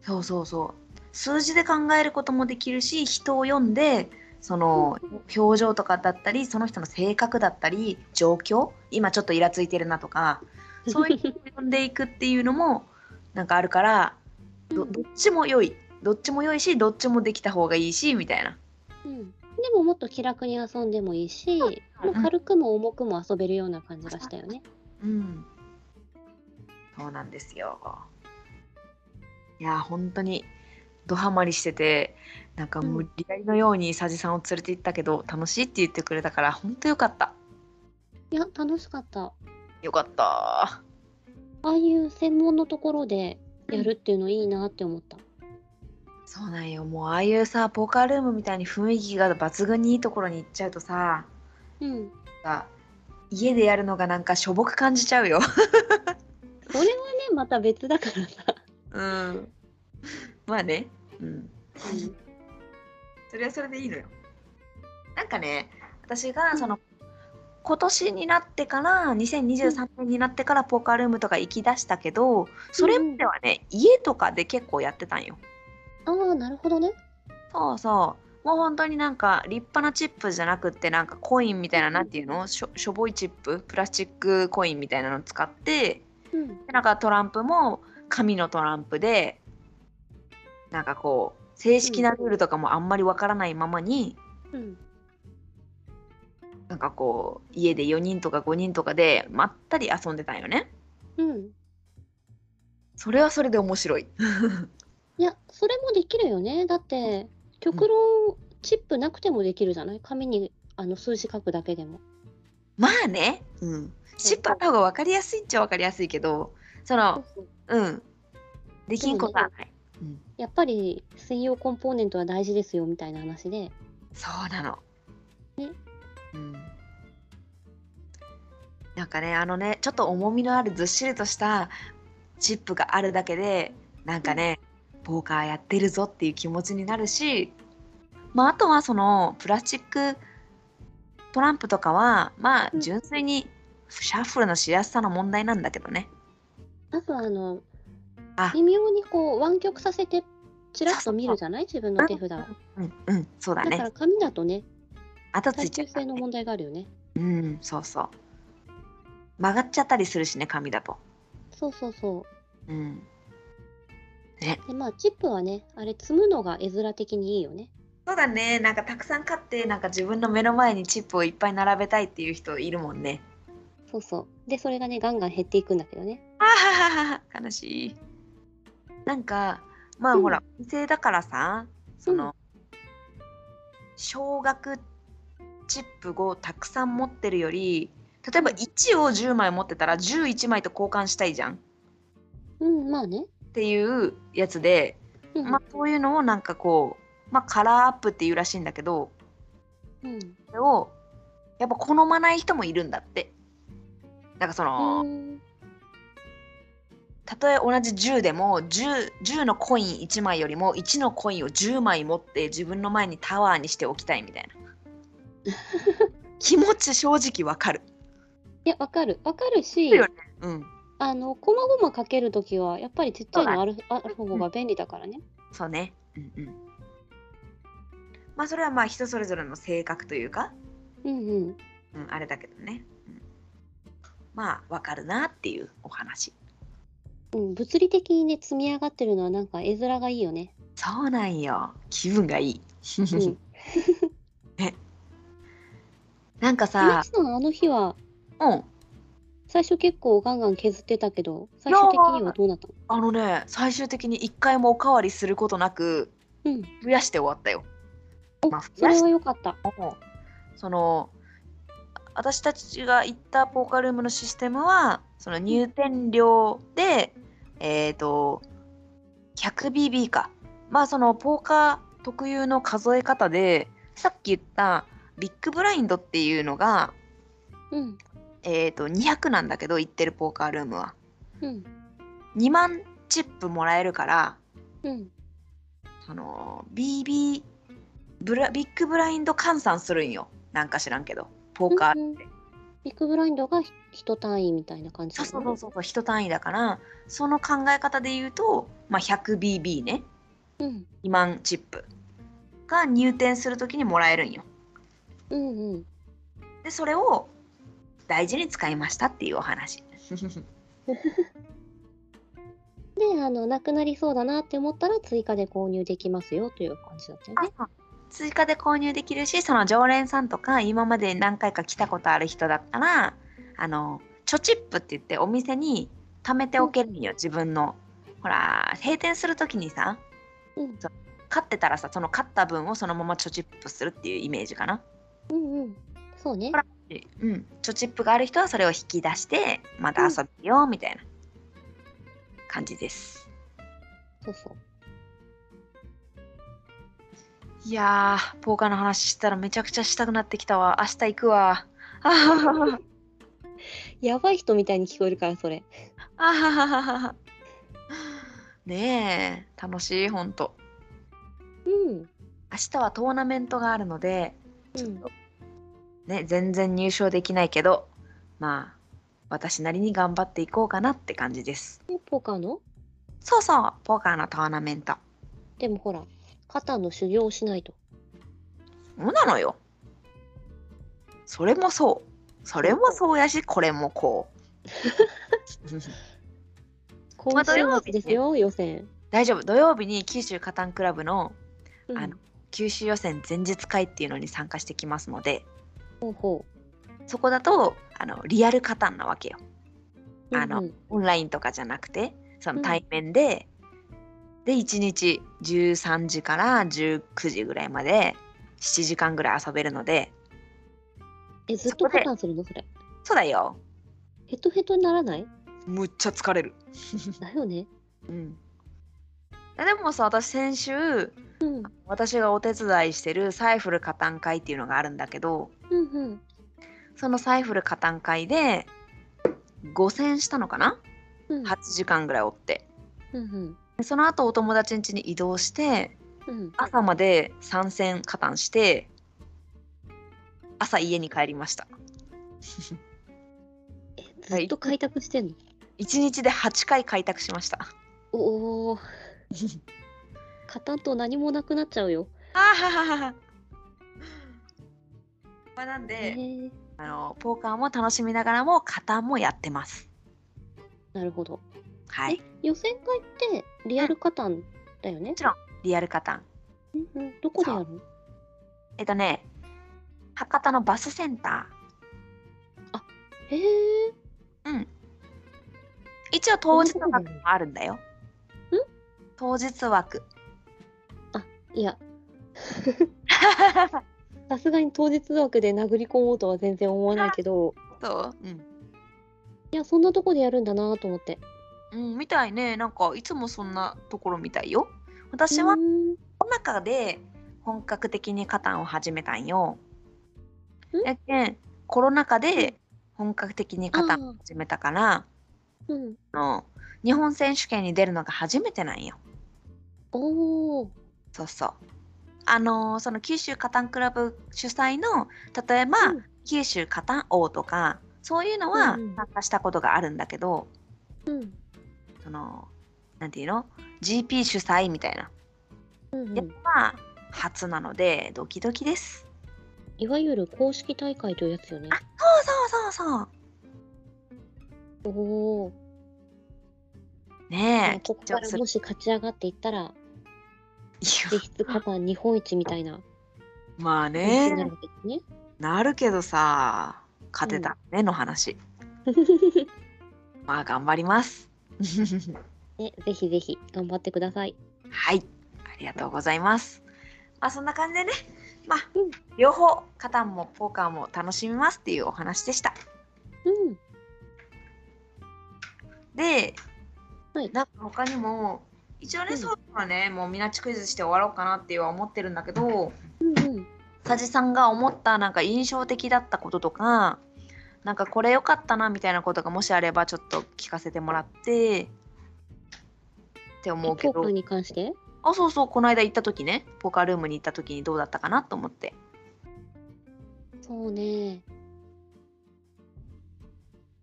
そうそうそう。数字で考えることもできるし、人を読んで、その
うん
表情とかだったり、その人の性格だったり、 状況、今ちょっとイラついてるなとか、そういうのを読んでいくっていうのも、なんかあるからどどっちも良いどっちも良いしどっちもできた方がいいしみたいな
うん、でももっと気楽に遊んでもいいし、もう軽くも重くも遊べるような感じがしたよね。
うんそうなんですよいや本当にドハマりしててなんか無理やりのようにさじさんを連れて行ったけど楽しいって言ってくれたから本当よかった
いや楽しかった。
よかった
ああいう専門のところでやるっていうのいいなって思った。
そうなんよもうああいうさポーカールームみたいに雰囲気が抜群にいいところに行っちゃうとさ
うん、
なんか家でやるのがなんかしょぼく感じちゃうよ。
それはねまた別だからさ。
うん、まあね、うん、それはそれでいいのよ。なんかね私がその今年になってから2023年になってからポーカールームとか行きだしたけどそれまではね家とかで結構やってたんよ。
ああなるほどね。
そうそう。もう本当になんか立派なチップじゃなくってなんかコインみたいななんていうのしょしょぼいチッププラスチックコインみたいなの使って
うん
でなんかトランプも紙のトランプでなんかこう正式なルールとかもあんまりわからないままに
うん
なんかこう家で4人とか5人とかでまったり遊んでたんよね。
うん。
それはそれで面白い。
いやそれもできるよね。だって極論チップなくてもできるじゃない。紙にあの数字書くだけでも。
まあね、うん、チップあった方が分かりやすいっちゃ分かりやすいけどそのうんできんことはない。うん
やっぱり水曜コンポーネントは大事ですよみたいな話で。
そうなの。
ね
うん。なんかね、あのね、ちょっと重みのあるずっしりとしたチップがあるだけで、なんかね、ポーカーやってるぞっていう気持ちになるし、まあ、あとはそのプラスチックトランプとかは、まあ、
うん
純粋にシャッフルのしやすさの問題なんだけどね。
あとはあの
あ
微妙にこう湾曲させてちらっと見るじゃない自分の手札を。
うん、うん、そうだ
だか
ね
ら。紙だとね
後つ
耐
いちゃ
久
うから
性
ね、
の問題があるよね。
うん、そうそう。曲がっちゃったりするしね、紙だと。
そうそうそ
うん。
う。でまあチップはねあれ積むのが絵面的にいいよね。
そうだねなんかたくさん買ってなんか自分の目の前にチップをいっぱい並べたいっていう人いるもんね
そうそう。でそれがねガンガン減っていくんだけどね。
あはははは悲しいなんかまあ
うん
ほら、お店だからさその、少額チップをたくさん持ってるより例えば1を10枚持ってたら11枚と交換したいじゃんっ
うんまあね。
ていうやつで、
うん
まあそういうのをなんかこうまあカラーアップっていうらしいんだけど
うん
それをやっぱ好まない人もいるんだってなんかその、
うん
たとえ同じ10でも 10, 10のコイン1枚よりも1のコインを10枚持って自分の前にタワーにしておきたいみたいな 気持ち正直わかる
いやわかるわかるし
るよねうん
あのこまごまかけるときはやっぱりちっちゃいのあるある方
うん
が便利だからね。
そうねうんうんまあそれはまあ人それぞれの性格というか、
うんうん。
うん、あれだけどね、うんまあわかるなっていうお話
うん、物理的にね積み上がってるのはなんか絵面がいいよ ね。
そうなんよ気分がいい、
うん、
なんか
ゆ
さ
き、さんあの日は
うん、
最初結構ガンガン削ってたけど最終的にはどうなったの
あのね最終的に1回もおかわりすることなく
うん
増やして終わったよ。まあ、
そ
増や
れ
し
は
て
良かった。
もその私たちが行ったポーカールームのシステムはその入店料で、えっ、と 100BB かまあそのポーカー特有の数え方でさっき言ったビッグブラインドっていうのが、
うん
えっと200なんだけど行ってるポーカールームは
うん
2万チップもらえるから
うん
その BB ブラビッグブラインド換算するんよなんか知らんけどポーカーって、
うんうんビッグブラインドがひ一単位みたいな感じ
そ
な
う
の
そうそうそうそう一単位だからその考え方で言うと、まあ、100BB ね
うん
2万チップが入店するときにもらえるんよ
うんうん。
でそれを大事に使いましたっていうお話
であのなくなりそうだなって思ったら追加で購入できますよという感じだったよね。
追加で購入できるしその常連さんとか今まで何回か来たことある人だったらあの貯チップって言ってお店に貯めておけるんよ自分のほら閉店する時にさ
うん
買ってたらさその買った分をそのまま貯チップするっていうイメージかな。
うんうん。そうね
ほ。らうん、貯チップがある人はそれを引き出してまた遊びようみたいな感じです。
そうそう。
いやーポーカーの話したらめちゃくちゃしたくなってきたわ明日行くわ。あははは
やばい人みたいに聞こえるからそれ。
あはははは ねえ楽しいほんと
うん。
明日はトーナメントがあるので
うん、
ね全然入賞できないけどまあ私なりに頑張っていこうかなって感じです
ポーカーの
そうそうポーカーのトーナメント
でもほら肩の修行をしないと。
そうなのよそれもそうそれもそうやしこれもこ う
今週末ですよ、予選。
大丈夫土曜日に九州カタンクラブの
うん
あの九州予選前日会っていうのに参加してきますので
ほうほ
そこだとあのリアルカタンなわけよ
う。
あの
うんうん
オンラインとかじゃなくてその
うん
対面で、で1日13時から19時ぐらいまで7時間ぐらい遊べるので
えずっとカタンするのそれ。
そうだよ
ヘトヘトにならない
むっちゃ疲れる
だよね。
うんででもさ私先週
うん。
私がお手伝いしてるサイフルカタン会っていうのがあるんだけど
うんうん。
そのサイフルカタン会で5000したのかな
うん
8時間ぐらいおって
うん
でその後お友達ん家に移動して
うんうん。
朝まで参戦加担して朝家に帰りました
えずっと開拓してんの。
1日で8回開拓しました
お お。カタンと何もなくなっちゃうよ。
あははははまあなん
へ
で、
え。
あのポーカーも楽しみながらも加担もやってます
なるほど。
はいも
予選会ってリアルカタンだよね
ち。ろんリアル加担
うんうんどこでやるの？
えっとね博多のバスセンタ
へえ。
ーうん一応当日枠もあるんだよ当日枠
い や、さすがに当日枠で殴り込もうとは全然思わないけど、
そううん
いやそんなとこでやるんだなと思って。
うん、みたいね。なんかいつもそんなところみたいよ。私は
うーん
この中で本格的にカタンを始めたんよ。
ん
やけんコロナ禍で本格的にカタンを始めたから
うん。
あの日本選手権に出るのが初めてなんよ。
おお。
そうそう。あのーその九州カタンクラブ主催の例えば、
うん
九州カタン王とかそういうのは
うんうん
参加したことがあるんだけど、
うん
そのなんていうの GP 主催みたいな。
うんう
やっ
ん。
ぱ初なのでドキドキです。
いわゆる公式大会というやつよね。
そうそうそう。
おおー。ま
ね
あ
え、
ここ
緊
か
張
ら
する
もし勝ち上がっていった ら
い
実質カタン日本一みたいな
やまあ
感
ね
じになるわけですね。
なるけどさ、勝てたねの話。まあ頑張ります。
ね、ぜひぜひ頑張ってください。
はい、ありがとうございます。まあそんな感じでね、まあ、
うん
両方カタンもポーカーも楽しみますっていうお話でした。
うん。
で、
はい
なんか他にも一応ね、
うん
そういうのはねもうみなちクイズして終わろうかなっては思ってるんだけど。
うんうん。
佐治さんが思ったなんか印象的だったこととかなんかこれ良かったなみたいなことがもしあればちょっと聞かせてもらってって思うけ
ポー
ど
カーに関して
あそうそうこの間行った時ねポーカールームに行った時にどうだったかなと思って
そうね。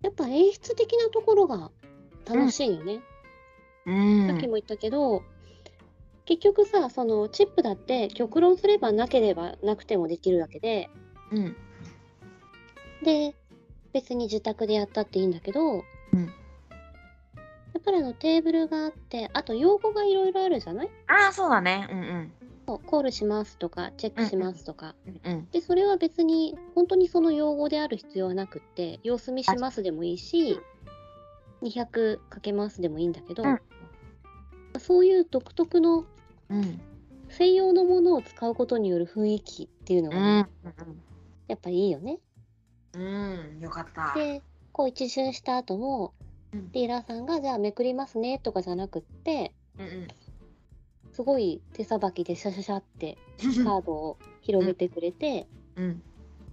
やっぱ演出的なところが楽しいよね。
う
さっき
ん
も言ったけど、結局さ、そのチップだって極論すればなければなくてもできるわけで、
うん
で別に自宅でやったっていいんだけど、やだからのテーブルがあってあと用語がいろいろあるじゃない
ああ、そうだね。うん
そうコールしますとかチェックしますとか、
うん。うん
でそれは別に本当にその用語である必要はなくって様子見しますでもいいし 200× かけますでもいいんだけど、
うん
そういう独特の
うん。うん。
専用のものを使うことによる雰囲気っていうの
う
がね、
ん。
やっぱりいいよね。
うん。うん。よかった。
でこう一巡した後も
うん
ディーラーさんがじゃあめくりますねとかじゃなくって
うんうん。
すごい手さばきでシャシャシャってカードを広げてくれて、
うん。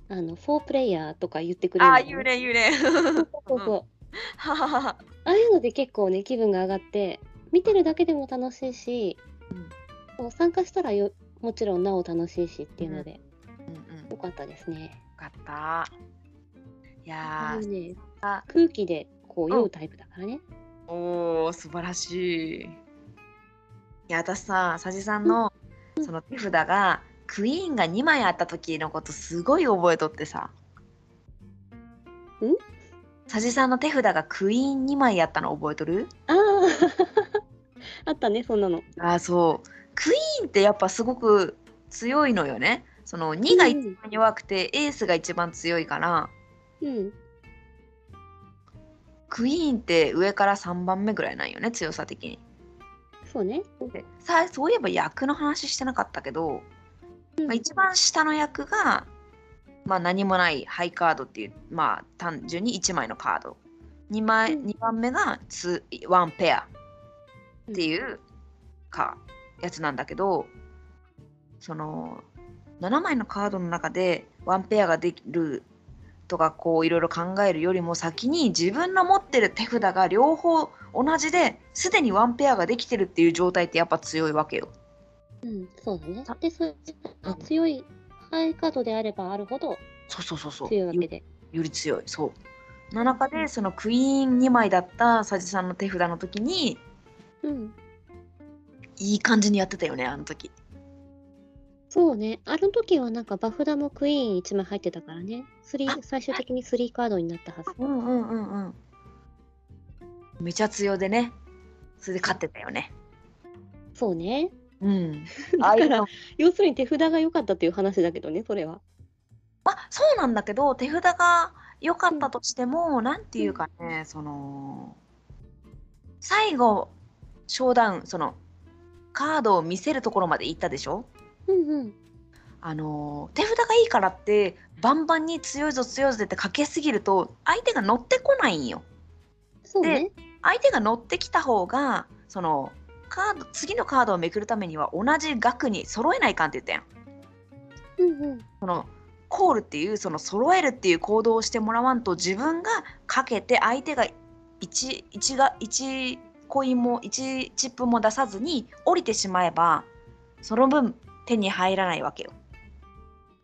あのフォープレイヤーとか言ってくれる
あ
の
あ、
ね
幽霊幽霊。
そうそう
はははは。
ああいうので結構ね気分が上がって見てるだけでも楽しいし、こう参加したらよもちろんなお楽しいしっていうので、
うんうん。
良
よ
かったですね。
かった。いや
あ
ー、
ね
あ
空気でこう
うん
酔うタイプだからね。
おー、素晴らしい。いや、私さ、佐治さんのその手札がクイーンが2枚あった時のことすごい覚えとってさ。
ん
佐治さんの手札がクイーン2枚やったの覚えとる
ああ あったねそんなの。
あーそうクイーンってやっぱすごく強いのよねその2が
うん
一番弱くて、エースが一番強いから
うん
クイーンって上から3番目ぐらいなんよね強さ的に
そうね。
でさあそういえば役の話してなかったけど、まあ、一番下の役が、まあ、何もないハイカードっていうまあ単純に1枚のカード 2, 枚、
うん
二番目がツーワンペアっていうかやつなんだけどその7枚のカードの中でワンペアができるとかこういろいろ考えるよりも先に自分の持ってる手札が両方同じですでにワンペアができてるっていう状態ってやっぱ強いわけよ。
うんそうだね
あ。
でそれ
うん
強いハイカードであればあるほど
そうそうそうそう
強いわけで。
より強いそうの中でそのクイーン2枚だった佐治さんの手札の時に
うん。
いい感じにやってたよねあの時
そうね。あの時はなんかバフダもクイーン1枚入ってたからね。スリー最終的に3カードになったはず。
うんうんうんうんめちゃ強でねそれで勝ってたよね
そうね。
うん
だか
ああいう
ら
の
要するに手札が良かったっていう話だけどね、それは。
そうなんだけど手札が良かったとしても、なんていうかねその最後ショーダウンそのカードを見せるところまで行ったでしょ
うんうん。
あの手札がいいからってバンバンに強いぞ強いぞってかけすぎると相手が乗ってこないんよ。
そうね。
相手が乗ってきた方がそのカード次のカードをめくるためには同じ額に揃えないかんって言ったやん。
うんうん。
コールっていうその揃えるっていう行動をしてもらわんと自分がかけて相手が 1, 1, が1コインも1チップも出さずに降りてしまえばその分手に入らないわけよ。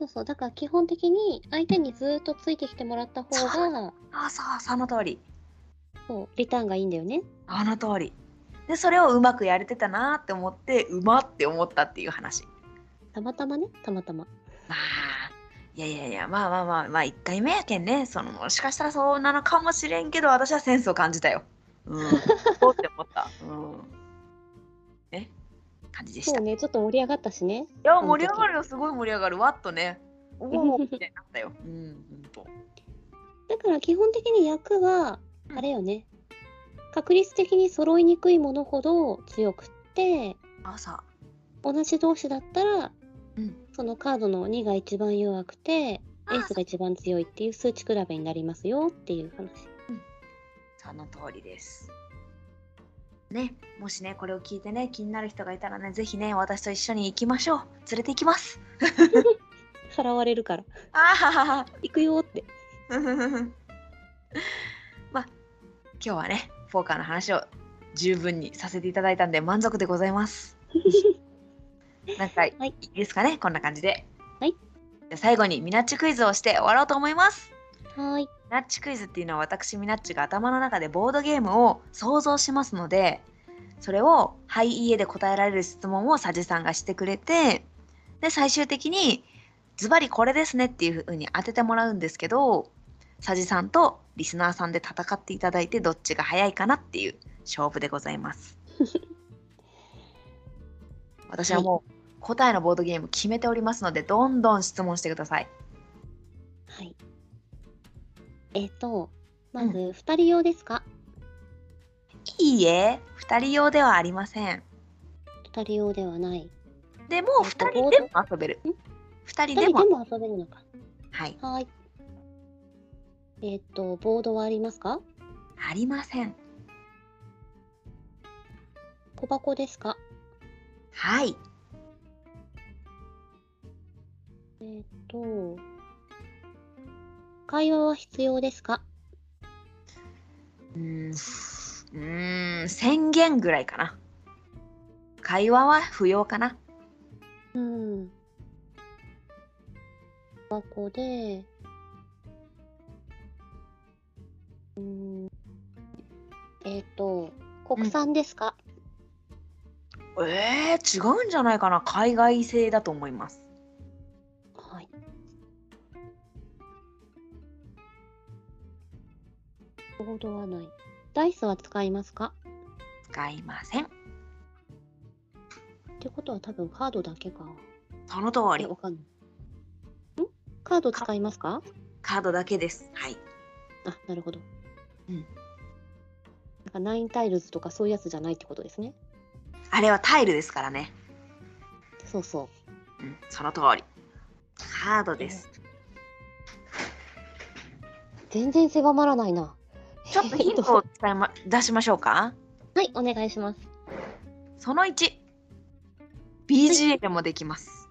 そうそう。だから基本的に相手にずーっとついてきてもらった方が、
ああそうその通り
そう、リターンがいいんだよね。
あの通り。でそれをうまくやれてたなって思ってうまって思ったっていう話。
たまたまね、たまたま。
まあいやいやいやまあまあまあまあ1回目やけんねそのもしかしたらそうなのかもしれんけど私はセンスを感じたよ。うん、そうって思った。うん、ね感じでし
そ
た。
う
い
ね、ちょっと盛り上がったしね。
や
時
盛り上がるよすごい盛り上がるわっとね。 おおみたいになったよ。うんほんと。
だから基本的に役は
うん
あれよね、確率的に揃いにくいものほど強くって
朝。
同じ同士だったら、
うん
そのカードの2が一番弱くて
あ
エースが一番強いっていう数値比べになりますよっていう話
その通りです。ね、もしねこれを聞いてね気になる人がいたらねぜひね私と一緒に行きましょう連れて行きます
さらわれるから
あははは
行くよって
まあ今日はねフォーカーの話を十分にさせていただいたんで満足でございます なんかい
はい
いですかねこんな感じで
はい
じゃあ最後にミナッチクイズをして終わろうと思います
はーい
ミナッチクイズっていうのは私ミナッチが頭の中でボードゲームを想像しますのでそれを「はいいいえ」で答えられる質問を佐治さんがしてくれてで最終的に「ズバリこれですね」っていうふうに当ててもらうんですけど佐治さんとリスナーさんで戦っていただいてどっちが早いかなっていう勝負でございます。私はもう答えのボードゲーム決めておりますので、どんどん質問してください。
はい。えっ、と、ま
う
ず、二人用ですか
いいえ、2人用ではありません。
二人用ではない。
でも
えっと
2人でも遊べる。2人
二
で
人
も
で。も遊べるのか。
はい。
はーい。えっ、と、ボードはありますか
ありません。
小箱ですか
はい。
と、会話は必要ですか
うーん、うーん宣言ぐらいかな。会話は不要かな。
うん。小箱で、うん、えっ、と、国産ですか、
えー、違うんじゃないかな。海外製だと思います。
はい。ボードはない。ダイスは使いますか
使いません。
ってことは多分カードだけか。
その通
え
り。
わかんない。んカード使いますか
カードだけです。はい。
あ、なるほど。
うん
なんかナインタイルズとかそういうやつじゃないってことですね。
あれはタイルですからね。
そうそ
うん、その通り。カードです。
う。全然狭まらないな。
ちょっとヒントを使い、ま、出しましょうか。
はい、お願いします。
その1。BGM もできます。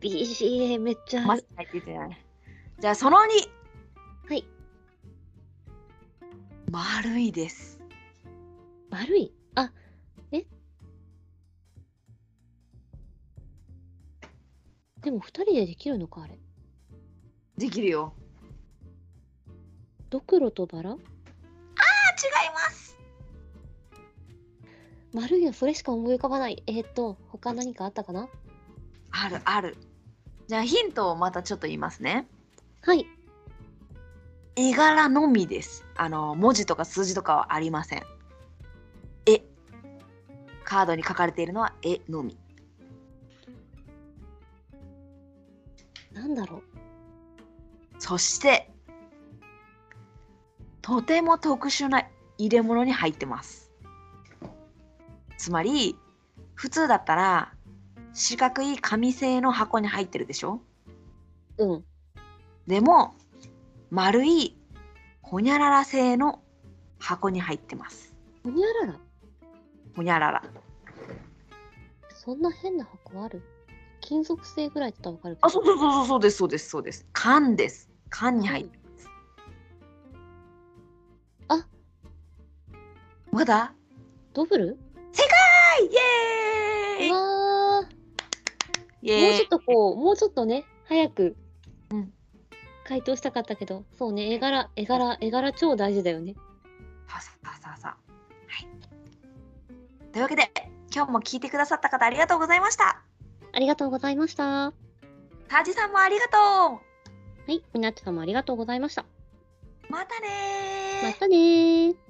BGA めっちゃ
まず入っててない。じゃあその2。
はい。
丸いです。
悪い。あ、えでも二人でできるのかあれ。
できるよ。
ドクロとバラ
あ、違います。
丸いよ、それしか思い浮かばない。えーっと、他何かあったかな
あるある。じゃあヒントをまたちょっと言いますね。
はい。
絵柄のみです。あの文字とか数字とかはありません。絵。カードに書かれているのは絵のみ。
なんだろう。
そしてとても特殊な入れ物に入ってますつまり普通だったら四角い紙製の箱に入ってるでしょ
うん。
でも丸いほにゃらら製の箱に入ってます
ほにゃらら。
ほにゃらら
そんな変な箱ある金属製ぐらいだったらわかるけど。
あそうそうそうそうそうですそうですそうです缶です缶に入ってます、
うんあ
まだ
ドブル
はいイエーイ
うわー
イ
もう
エ
ちょっとこう、もうちょっとね、早く
うん
回答したかったけど、そうね、絵柄、絵柄、絵柄超大事だよね。
さあさあさあさあはい。というわけで今日も聞いてくださった方ありがとうございました。
ありがとうございました。は
タージさんもありがと
い、みなっちさんもありがとうございました。
う。またねー
またねー。